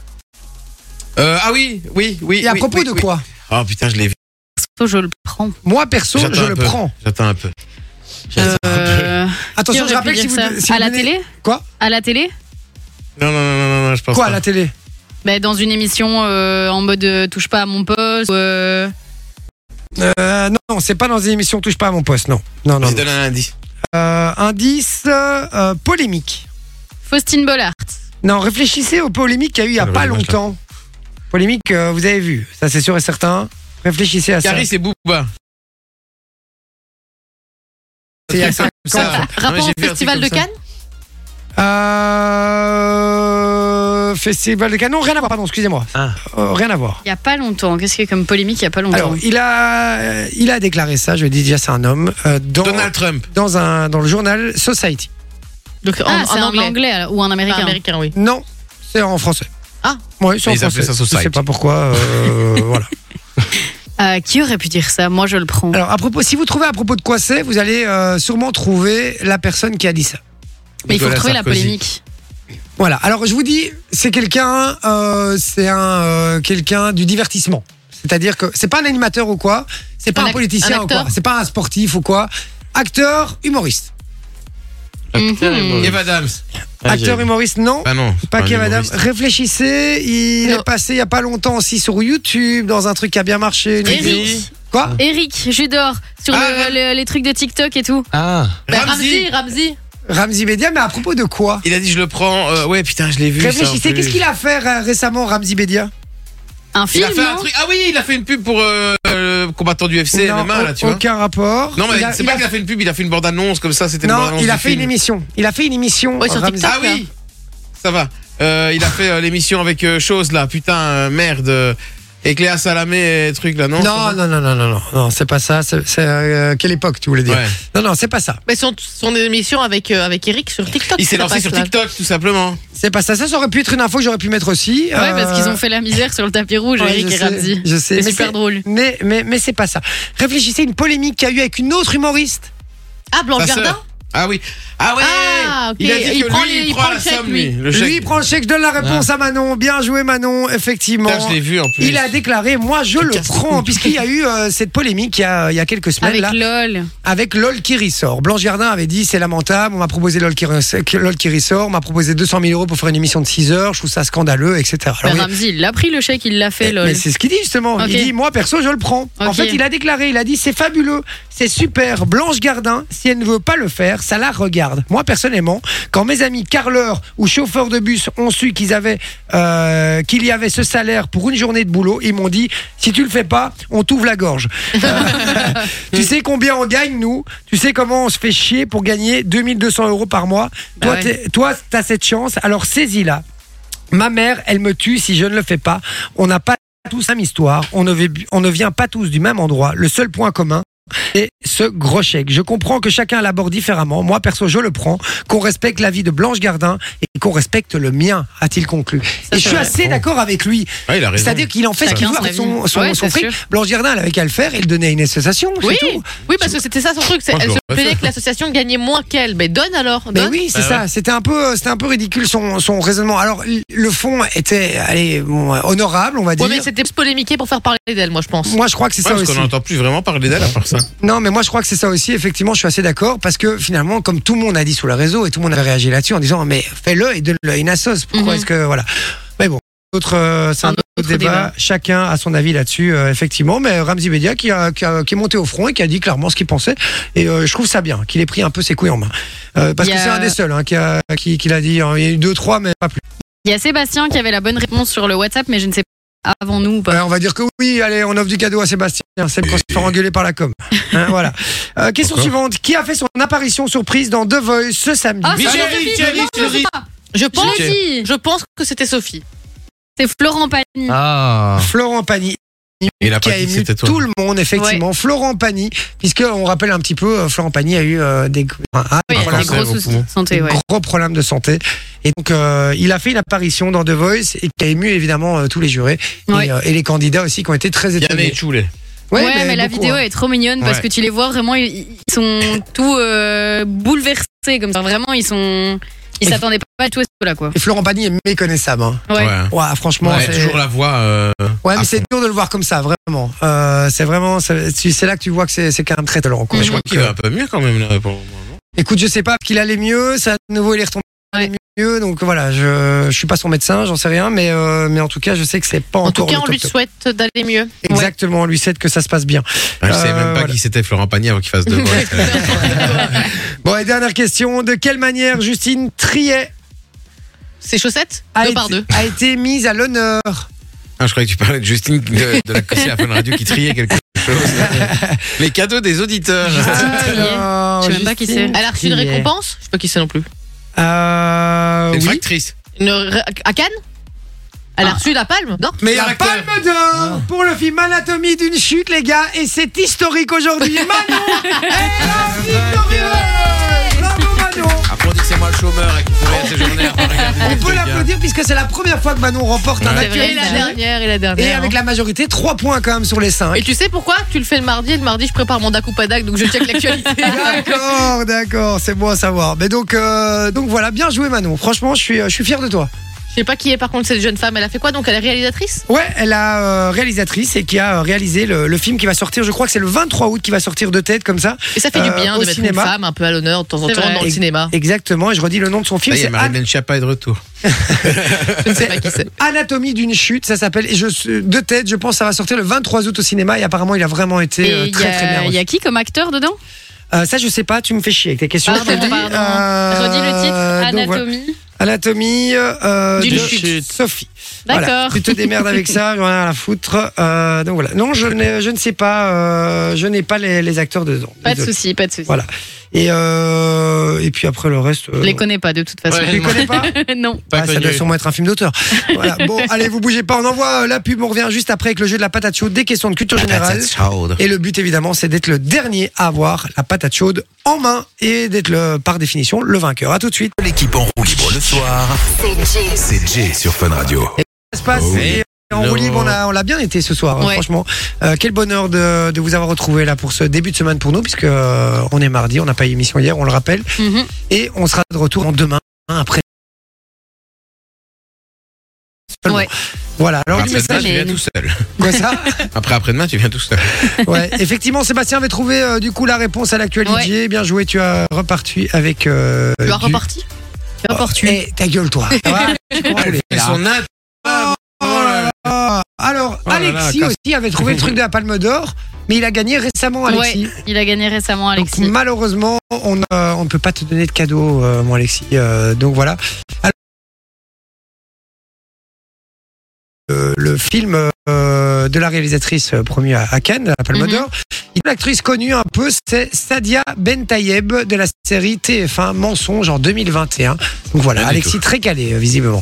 Euh, ah oui, oui, oui.
Et à
oui,
propos
oui,
de
oui.
quoi
Oh putain, je l'ai vu.
Perso, je le prends.
Moi perso,
J'attends
je
un
le
peu.
prends.
J'attends un peu.
Euh, qui
Attention,
aurait
je
pu
rappelle
dire
si vous.
ça
si
à
vous
la
donnez-
télé
Quoi
À la télé
Non, non, non, non, non, non, je pense
Quoi à
pas.
la télé
bah, Dans une émission euh, en mode euh, touche pas à mon poste. ou, euh,
Euh, Non, non, c'est pas dans une émission Touche pas à mon poste, non. Non, non.
Je
non.
donne un indice.
Euh, indice euh, euh, polémique.
Faustine Bollard.
Non, réfléchissez aux polémiques qu'il y a eu il y a
Ah,
pas
le dommage,
longtemps. Polémique, euh, vous avez vu, ça c'est sûr et certain. Réfléchissez à ça.
Caris et Booba.
C'est il y a cinq ans.
Ah. Non, mais
Rapport
j'ai
au
vu un
Festival de
truc comme ça.
Cannes
Euh, Festival de Canon, rien à voir, pardon, excusez-moi.
Ah.
Euh, rien à voir.
Il y a pas longtemps. Qu'est-ce qu'il y a comme polémique il y a pas longtemps
Alors, il a, euh, il a déclaré ça, je dis déjà, c'est un homme, euh, dans,
Donald Trump.
dans, un, dans le journal Society.
Donc en,
Ah,
en
c'est
anglais.
un anglais alors, ou
Ah,
un
Enfin,
américain.
américain, oui.
Non, c'est en français.
Ah.
Oui, c'est en
Mais ils
français.
appelaient ça
Je sais
Society.
pas pourquoi. euh, voilà.
Euh, qui aurait pu dire ça Moi, je le prends.
Alors, à propos, si vous trouvez à propos de quoi c'est, vous allez euh, sûrement trouver la personne qui a dit ça.
Mais il faut
Nicolas
retrouver la
Sarkozy.
polémique.
Voilà. Alors, je vous dis, c'est quelqu'un, euh, c'est un euh, quelqu'un du divertissement. C'est-à-dire que c'est pas un animateur ou quoi, c'est pas
Un
un,
ac-
politicien
un
ou quoi,
acteur
c'est pas un sportif ou quoi. Acteur, humoriste.
Ah,
Mhm.
Eva Adams.
Acteur, humoriste, non.
Bah
Ah non.
Pas
un
que madame.
humoriste.
Réfléchissez. Il
Non.
est passé il y a pas longtemps aussi sur YouTube dans un truc qui a bien marché. une
Eric.
vidéo. Quoi
Eric Judor sur
Hein. Ah,
le- le- les trucs de TikTok et tout.
Ah.
Bah, Ramsey,
Ramsey.
Ramsey.
Ramzi Bedia, mais à propos de quoi
Il a dit je le prends. euh, ouais, putain, je l'ai vu. ça, en
Réfléchissez.
plus.
Qu'est-ce qu'il a fait euh, récemment, Ramzi Bedia
Un
Il a
film
fait un
non
truc. Ah oui, il a fait une pub pour euh, le combattant du UFC,
Non,
MMA, là, tu vois.
Aucun rapport.
Non, mais
Il a-
c'est
il
pas
a-
qu'il a fait une pub, il a fait une bande-annonce comme ça, c'était une
Non,
bande-annonce
il a
du
fait
film.
une émission. Il a fait une émission.
Ouais, sur
Ramzi-
TikTok.
Ah oui Ça va. Euh, il a fait euh, l'émission avec euh, Chose, là, putain, euh, merde. euh, Éclair Salamé et truc là, non
Non, non, non, non, non, non, non, c'est pas ça. C'est c'est, euh, quelle époque, tu voulais dire Non, non, c'est pas ça.
Mais son, son émission avec, euh, avec Eric sur TikTok.
Il s'est
ça
lancé
passe,
sur
là.
TikTok, tout simplement.
C'est pas ça. Ça, ça aurait pu être une info que j'aurais pu mettre aussi. Euh,
Ouais, parce
Euh.
qu'ils ont fait la misère sur le tapis rouge,
Ouais,
Eric
je
et
sais,
Ramsey.
Je sais.
C'est
mais
super drôle.
Mais, mais, mais c'est pas ça. Réfléchissez à une polémique qu'il y a eu avec une autre humoriste.
Ah, Blanche
Sa sœur.
Gardin
Ah oui. Ah ouais
Ah, ok.
Il a dit
Il
que
prend
lui,
les-
il prend la somme, lui. Le chèque.
Lui, il prend le chèque, je donne la réponse à Manon. Bien joué, Manon, effectivement.
Putain, je l'ai vu en plus.
Il a déclaré, moi je le prends, puisqu'il y a eu euh, cette polémique il y a, il y a quelques
Ah,
semaines
Avec
là,
LOL.
avec LOL qui ressort. Blanche Gardin avait dit, c'est lamentable, on m'a proposé LOL qui, re- LOL qui ressort, on m'a proposé 200 000 euros pour faire une émission de 6 heures, je trouve ça scandaleux, etc. Alors,
Ah,
Ben,
oui,
Ramsey, il l'a pris le chèque, il l'a fait, LOL.
mais c'est ce qu'il dit justement.
Ok.
Il dit moi perso je le prends. En
Ok.
fait il a déclaré, il a dit c'est fabuleux, c'est super. Blanche Gardin, si elle ne veut pas le faire, ça la regarde. Moi personnellement, quand mes amis carleurs ou chauffeurs de bus ont su qu'ils avaient euh, qu'il y avait ce salaire pour une journée de boulot, ils m'ont dit si tu le fais pas, on t'ouvre la gorge. tu sais combien on gagne nous Tu sais comment on se fait chier pour gagner 2200 euros par mois
Bah
Toi
ouais.
t'es- toi t'as cette chance, alors saisis-la. Ma mère, elle me tue si je ne le fais pas. On n'a pas tous la même histoire. On ne, vi- on ne vient pas tous du même endroit. Le seul point commun est ce gros chèque. Je comprends que chacun l'aborde différemment. Moi, perso, je le prends. Qu'on respecte la vie de Blanche Gardin et qu'on respecte le mien, a-t-il conclu. et je suis assez d'accord avec lui.
Ouais, il a raison.
C'est-à-dire qu'il en fait ce qu'il
Chacun
veut avec
sa vie.
son, son,
Ouais,
son
c'est
fric.
sûr.
Blanche Gardin, elle avait qu'à le faire et le donner à une association. c'est
Oui,
tout.
oui, parce que c'était ça son truc. c'est-
Moi, je
Elle se
l'aurais
plaignait
fait.
que l'association gagnait moins qu'elle. Mais donne alors.
Mais
donne.
oui, c'est
Bah
ça. C'était un peu, c'était un peu ridicule son, son raisonnement. Alors l- le fond était, allez, bon, honorable, on va dire.
Ouais, mais c'était plus polémiqué pour faire parler d'elle, moi je pense.
Moi, je crois que c'est
Ouais,
ça
parce
aussi.
qu'on n'entend plus vraiment parler d'elle à part ça.
Non, mais moi je crois que c'est ça aussi. Effectivement, je suis assez d'accord parce que finalement, comme tout le monde a dit sur le réseau et tout le monde a réagi là-dessus en disant mais fais-le et donne-le à une assos. Pourquoi
Mhm.
est-ce que voilà Mais bon, autre, euh, c'est un,
Un
autre,
autre
débat.
débat.
Chacun a son avis là-dessus, euh, effectivement. Mais Ramzi Bedia qui, a- qui a- qui est monté au front et qui a dit clairement ce qu'il pensait. Et euh, je trouve ça bien qu'il ait pris un peu ses couilles en main Euh, parce
Il y
que c'est
a-
un des seuls hein, qui a qui, qui l'a dit. hein. Il y a eu deux trois, mais pas plus.
Il y a Sébastien qui avait la bonne réponse sur le WhatsApp, mais je ne sais pas avant nous ou pas.
Euh, on va dire que oui, allez, on offre du cadeau à Sébastien. C'est le se fait engueuler par la com. Hein, voilà. Euh, question
Pourquoi
suivante. Qui a fait son apparition surprise dans The Voice ce samedi
Ah, c'est
Michel,
Sophie,
Michel,
je
Michel,
sais
Michel.
pas.
Je pense,
Je l'ai dit.
je pense que c'était Sophie.
C'est Florent Pagny.
Ah.
Florent Pagny.
Et il a
Qui
pas
a
dit que
ému
Ah, c'était toi.
tout le monde, effectivement. Florent Pagny, puisque on rappelle un petit peu, euh, Florent Pagny a eu euh, des, un- un-
Un
Oui, il y a des
cancer
gros
au
soucis
poumon.
de santé, ouais.
gros problème de santé. Et donc, euh, il a fait une apparition dans The Voice et qui a ému évidemment euh, tous les jurés et,
Ouais.
euh, et les candidats aussi qui ont été très
Yann et
étonnés.
Choulet.
Ouais, mais, la
beaucoup,
vidéo
hein.
est trop mignonne parce
Ouais.
que tu les vois vraiment, ils, ils sont tout euh, bouleversés comme ça. Vraiment, ils sont. Ils
Et-
s'attendaient pas à tout à ce là quoi.
Et Florent Pagny est méconnaissable. hein.
Ouais.
Ouah, franchement,
Ouais,
c'est-
toujours la voix. euh,
Ouais,
à
mais c'est
fond.
dur de le voir comme ça, vraiment. Euh, c'est vraiment, c'est tu- c'est là que tu vois que c'est c'est quand même très talent. quoi. euh,
Mais je crois qu'il va un peu mieux quand même là pour le moment.
Écoute, je sais pas qu'il allait mieux, ça de nouveau il est retombé il allait mieux, donc voilà, je, je suis pas son médecin, j'en sais rien, mais euh, mais en tout cas, je sais que c'est pas
En tout
encore.
cas,
le
on
top,
lui
top.
souhaite d'aller mieux.
Exactement, on lui souhaite que ça se passe bien.
Ah,
Euh,
je savais même pas
voilà.
qui c'était Florent Pagny avant qu'il fasse deux voix.
Bon, et dernière question, de quelle manière Justine Triet
Ses chaussettes,
a,
deux
été,
par deux.
a été mise à l'honneur
Ah, je croyais que tu parlais de Justine de, de la Cossé à Fun Radio qui triait quelque chose. Les cadeaux des auditeurs.
Triet.
Alors,
Je sais même pas qui
Justine
Elle a reçu une
Triet.
récompense Je sais pas qui c'est non plus.
Euh,
Une
oui.
factrice.
Une ré- à Cannes Elle a reçu la palme Non
Meilleur
La
acteur.
palme d'or pour le film Anatomie d'une chute, les gars, et c'est historique aujourd'hui. Manon est la Bravo Manon
Ah Applaudissez-moi le chômeur qui pourrait être journées à Paris.
On peut l'applaudir puisque c'est la première fois que Manon remporte un
Ouais.
C'est vrai,
actuel.
et la dernière et la dernière.
Et avec
hein.
la majorité, 3 points quand même sur les 5.
Et tu sais pourquoi Tu le fais le mardi et le mardi je prépare mon Dakupadak donc je check l'actualité.
Ah D'accord, d'accord, c'est bon à savoir. Mais donc, euh, donc voilà, bien joué Manon. Franchement, je suis, euh, je suis fier de toi.
je sais pas qui est par contre cette jeune femme. Elle a fait quoi donc Elle est réalisatrice
Ouais, elle a euh, réalisatrice et qui a euh, réalisé le, le film qui va sortir. Je crois que c'est le 23 août qui va sortir de tête comme ça.
Et ça fait du
Euh,
bien
au
de mettre
cinéma.
une femme un peu à l'honneur de temps en
C'est
temps
vrai.
dans le
Et-
cinéma.
Exactement. Et je redis le nom de son film.
Ça y est,
C'est
Marilyn Chiappa est de retour.
Je ne sais pas qui c'est.
Anatomie d'une chute, ça s'appelle. Et je, de tête, je pense que ça va sortir le 23 août au cinéma et apparemment il a vraiment été euh,
Et il y,
très très bien.
a- il y a qui comme acteur dedans
Euh, ça, je sais pas, tu me fais chier avec tes questions.
Pardon,
je te le dis.
pardon.
Euh,
Redis le titre
donc voilà.
Anatomie.
Anatomie euh,
D'une
de
chute.
Sophie.
D'accord.
Voilà, tu te démerdes avec ça, j'en ai rien à la foutre. Euh, donc voilà. Non, je, n'ai- je ne sais pas, euh, je n'ai pas les, les acteurs dedans.
Pas de
Désolé.
souci, pas de souci.
Voilà. Et, euh, et puis après le reste. euh,
Je les connais pas de toute façon.
Tu les connais pas
Non.
Ah, ça doit sûrement être un film d'auteur. Voilà. Bon, allez, vous bougez pas, on envoie euh, la pub, on revient juste après avec le jeu de la patate chaude, des questions de culture générale. Et le but, évidemment, c'est d'être le dernier à avoir la patate chaude en main et d'être, le, par définition, le vainqueur. À tout de suite.
L'équipe en roue libre le soir, c'est Jay sur Fun Radio.
Ça se passe
Oh.
et en
Hello.
roue libre, on a, on l'a bien été ce soir, hein,
Ouais.
franchement. Euh, quel bonheur de, de vous avoir retrouvé là pour ce début de semaine pour nous, puisque euh, on est mardi, on n'a pas eu émission hier, on le rappelle.
Mhm.
Et on sera de retour en demain, hein, après. Seulement. Voilà, alors du
après demain,
message.
tu viens tout seul.
Quoi ça
Après après-demain, tu viens tout seul.
Ouais, effectivement, Sébastien avait trouvé euh, du coup la réponse à l'actualité. Eh Bien joué, tu as reparti avec. euh,
Tu as
du-
reparti Tu as reparti.
Eh, ta gueule, toi. Ça va
Elle fait son âme.
Ah, Alors,
Oh là là,
Alexis
casse-
aussi avait trouvé le truc de la Palme d'Or, mais il a gagné récemment, Alexis.
Ouais, il a gagné récemment, Alexis.
Malheureusement, on, euh, on ne peut pas te donner de cadeau, euh, mon Alexis. Euh, donc voilà. Alors, euh, le film euh, de la réalisatrice euh, promue à, à Cannes, à Palme d'Or. Une actrice connue un peu, c'est Sadia Bentayeb de la série TF1 Mensonge en 2021. Donc voilà,
Pas du
Alexis
tout.
très calé, euh, visiblement.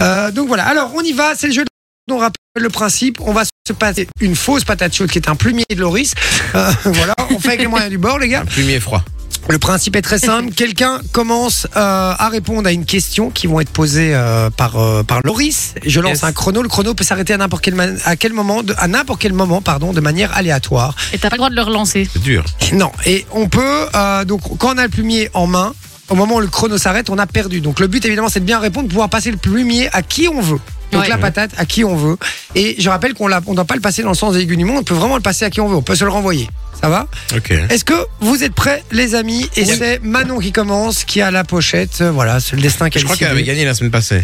Euh, donc voilà, alors on y va, c'est le jeu. de- On rappelle le principe, on va se passer une fausse patate chaude qui est un plumier de Loris. Euh, voilà, on fait avec les moyens du bord, les gars.
Plumier froid.
Le principe est très simple. Quelqu'un commence euh, à répondre à une question qui vont être posées euh, par euh, par Loris. Je lance
Yes.
un chrono. Le chrono peut s'arrêter à n'importe quel man- à quel moment de- à n'importe quel moment pardon de manière aléatoire.
Et t'as pas le droit de le relancer.
C'est dur.
Non. Et on peut euh, donc quand on a le plumier en main, au moment où le chrono s'arrête, on a perdu. Donc le but évidemment c'est de bien répondre, pouvoir passer le plumier à qui on veut. Donc
Ouais.
la patate à qui on veut. Et je rappelle qu'on ne doit pas le passer dans le sens des aiguilles du monde. On peut vraiment le passer à qui on veut. On peut se le renvoyer. Ça va
Ok.
est-ce que vous êtes prêts, les amis Et c'est Manon qui commence, qui a la pochette. Euh, Voilà, c'est le destin qu'elle
Je crois
décide.
qu'elle avait gagné la semaine passée.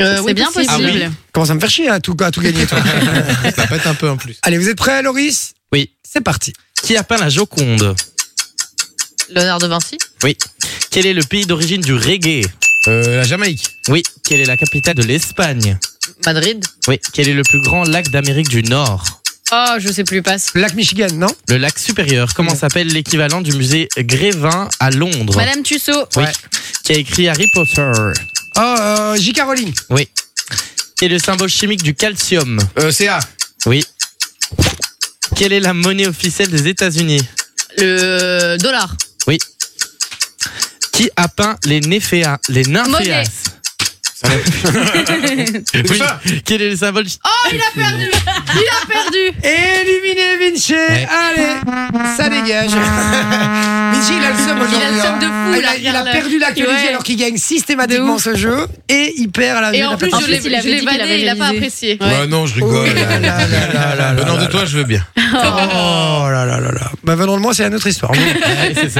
Euh,
C'est bien possible.
Ah oui. Commence à me faire chier à tout, à tout gagner, toi.
Ça pète un peu en plus.
Allez, vous êtes prêts, Loris
Oui.
C'est parti.
Qui a peint la Joconde
Léonard de Vinci
Oui. Quel est le pays d'origine du reggae
La Jamaïque.
Oui. Quelle est la capitale de l'Espagne
Madrid
Oui. Quel est le plus grand lac d'Amérique du Nord
Ah,
Oh, je sais plus, passe.
Lac Michigan, non
Le lac supérieur. Comment s'appelle l'équivalent du musée Grévin à Londres
Madame Tussaud.
Oui. Qui a écrit Harry Potter
Oh, euh, J.K. Rowling.
Oui. Quel est le symbole chimique du calcium
Euh, CA.
Oui. Quelle est la monnaie officielle des États-Unis
Le euh, dollar.
Oui. Qui a peint les néphéas Les
Mollet.
nymphéas Oui. Quel est le symbole
Oh, il a perdu Il a perdu
Éliminé Vinci
Ouais.
Allez, ça dégage. Vinci, il a le seum
Il a le
aujourd'hui.
seum de fou,
hein. Il
là,
a, il a
regarde-le.
perdu l'actualité
Ouais.
alors qu'il gagne systématiquement ce jeu et il perd à la
Et
la
en plus,
place.
je
plus,
l'ai
il avait
je l'ai
dit qu'il
vanné,
avait
il a pas
réalisé.
apprécié.
Bah non, je rigole.
Oh là là là là là
Venant
là
de toi, je veux bien.
Oh là là là là. Bah, venant de moi, c'est une autre histoire.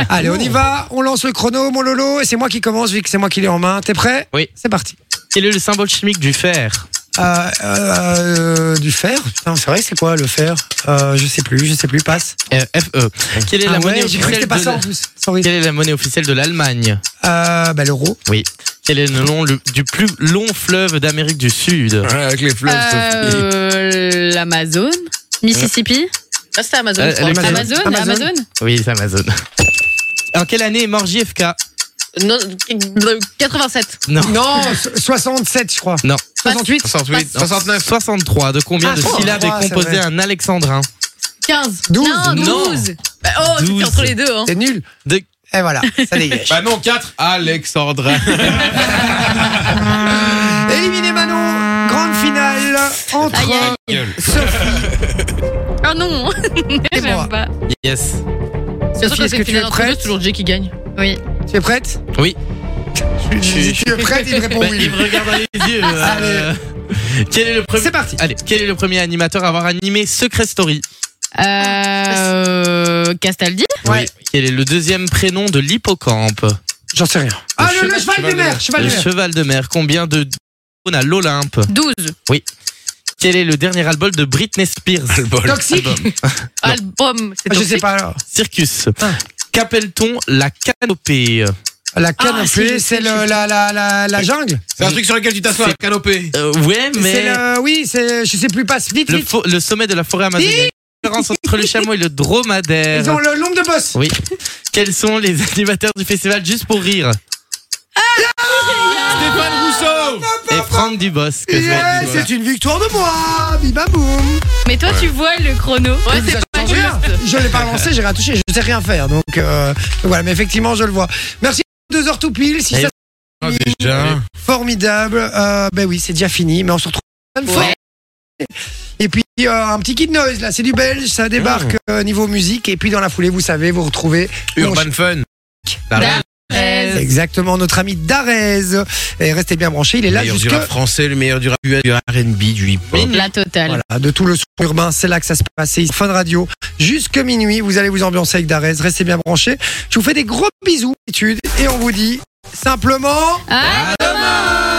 Allez, on y va. On lance le chrono, mon Lolo. Et c'est moi qui commence, vu que c'est moi qui l'ai en main. T'es prêt
Oui.
C'est parti.
Quel est le symbole chimique du fer
Euh, euh, du fer Putain, c'est vrai, c'est quoi le fer euh, Je sais plus, je sais plus. Passe.
Euh, FE. Quelle est,
Ah
la
ouais,
monnaie
j'ai cru que
officielle
c'était pas
de
ça en
la-
plus. Sorry.
Quelle est la monnaie officielle de l'Allemagne
Euh, bah, l'euro.
Oui. Quel est le nom le- du plus long fleuve d'Amérique du Sud
Ouais, avec les fleuves, Sophie.
Euh, L'Amazon Mississippi
Ah, c'était Amazon,
Euh,
je crois.
le-
Amazon
Amazon.
Amazon
Oui, c'est Amazon. En quelle année est mort JFK
Non, 87.
Non.
Non, so- 67, je crois.
Non.
68
68,
Non.
69.
63. De combien
Ah,
de
63,
syllabes est
c'est
composé
vrai.
un alexandrin
15.
12.
Non,
Non.
12
Bah, oh,
Douze.
c'était entre les deux. Hein.
C'est nul.
De-
Et voilà, ça dégage.
Bah non, 4. Alexandre.
Éliminé Manon. Grande finale entre
Aïe, aïe.
Gueule.
Ah non
Et moi.
J'aime pas.
Yes.
Surtout
Sophie,
que
est-ce
c'est
que tu es
final entre deux, c'est
prête
toujours Jay qui gagne.
Oui.
Tu es prête
Oui.
Si tu es prête, il te répond
Bah,
oui.
il me regarde dans les yeux. euh,
Allez.
Quel est le premier
C'est parti.
Allez, quel est le premier animateur à avoir animé Secret Story
Euh, Castaldi
Ouais.
Quel est le deuxième prénom de l'hippocampe
J'en sais rien. Ah, le, le cheval
cheval- cheval
des
de
mers,
mer.
cheval
Le
des mers.
cheval de mer. Combien de on à l'Olympe
12
Quel est le dernier album de Britney Spears
Toxique
Album, c'est
Ah, Je
toxique.
sais pas alors.
Circus.
Ah.
Qu'appelle-t-on la canopée
La
Ah,
canopée,
si,
c'est
si,
le,
si.
la, la, la, la jungle
C'est un truc sur lequel tu t'assois, la canopée.
Euh, Ouais,
C'est
mais
le. Oui, c'est. Je sais plus, passe vite,
le,
vite.
fo- le sommet de la forêt amazonienne.
Hi-
différence entre le chameau et le dromadaire
Ils ont le nombre de boss.
Oui. Quels sont les animateurs du festival juste pour rire Stéphane Rousseau Et Franck Dubosc. que
Yeah,
je vais-
c'est une victoire de moi. Bibaboum.
Mais toi, tu vois le chrono.
Mais ça change rien. Je l'ai pas lancé, j'ai rien touché, je sais rien faire. Donc euh, voilà, mais effectivement, je le vois. Merci. Deux heures tout pile. Si
Allez.
ça
Ah, déjà.
formidable. Euh, ben oui, c'est déjà fini, mais on se retrouve la prochaine fois. Et puis euh, un petit kid noise là, c'est du belge, ça débarque
Ah.
euh, niveau musique. Et puis dans la foulée, vous savez, vous retrouvez mon
Urban Fun. T'arrêtes.
Euh,
Exactement, notre ami Darez. Et restez bien branchés, il est
Le
là
meilleur du
jusque.
rap français, le meilleur du rap US, du RB, du hip hop.
La totale.
Voilà, de tout le son urbain, c'est là que ça se passe. C'est fin de radio. Jusque minuit, vous allez vous ambiancer avec Darez. Restez bien branchés. Je vous fais des gros bisous, études, et on vous dit simplement.
Ah, dommage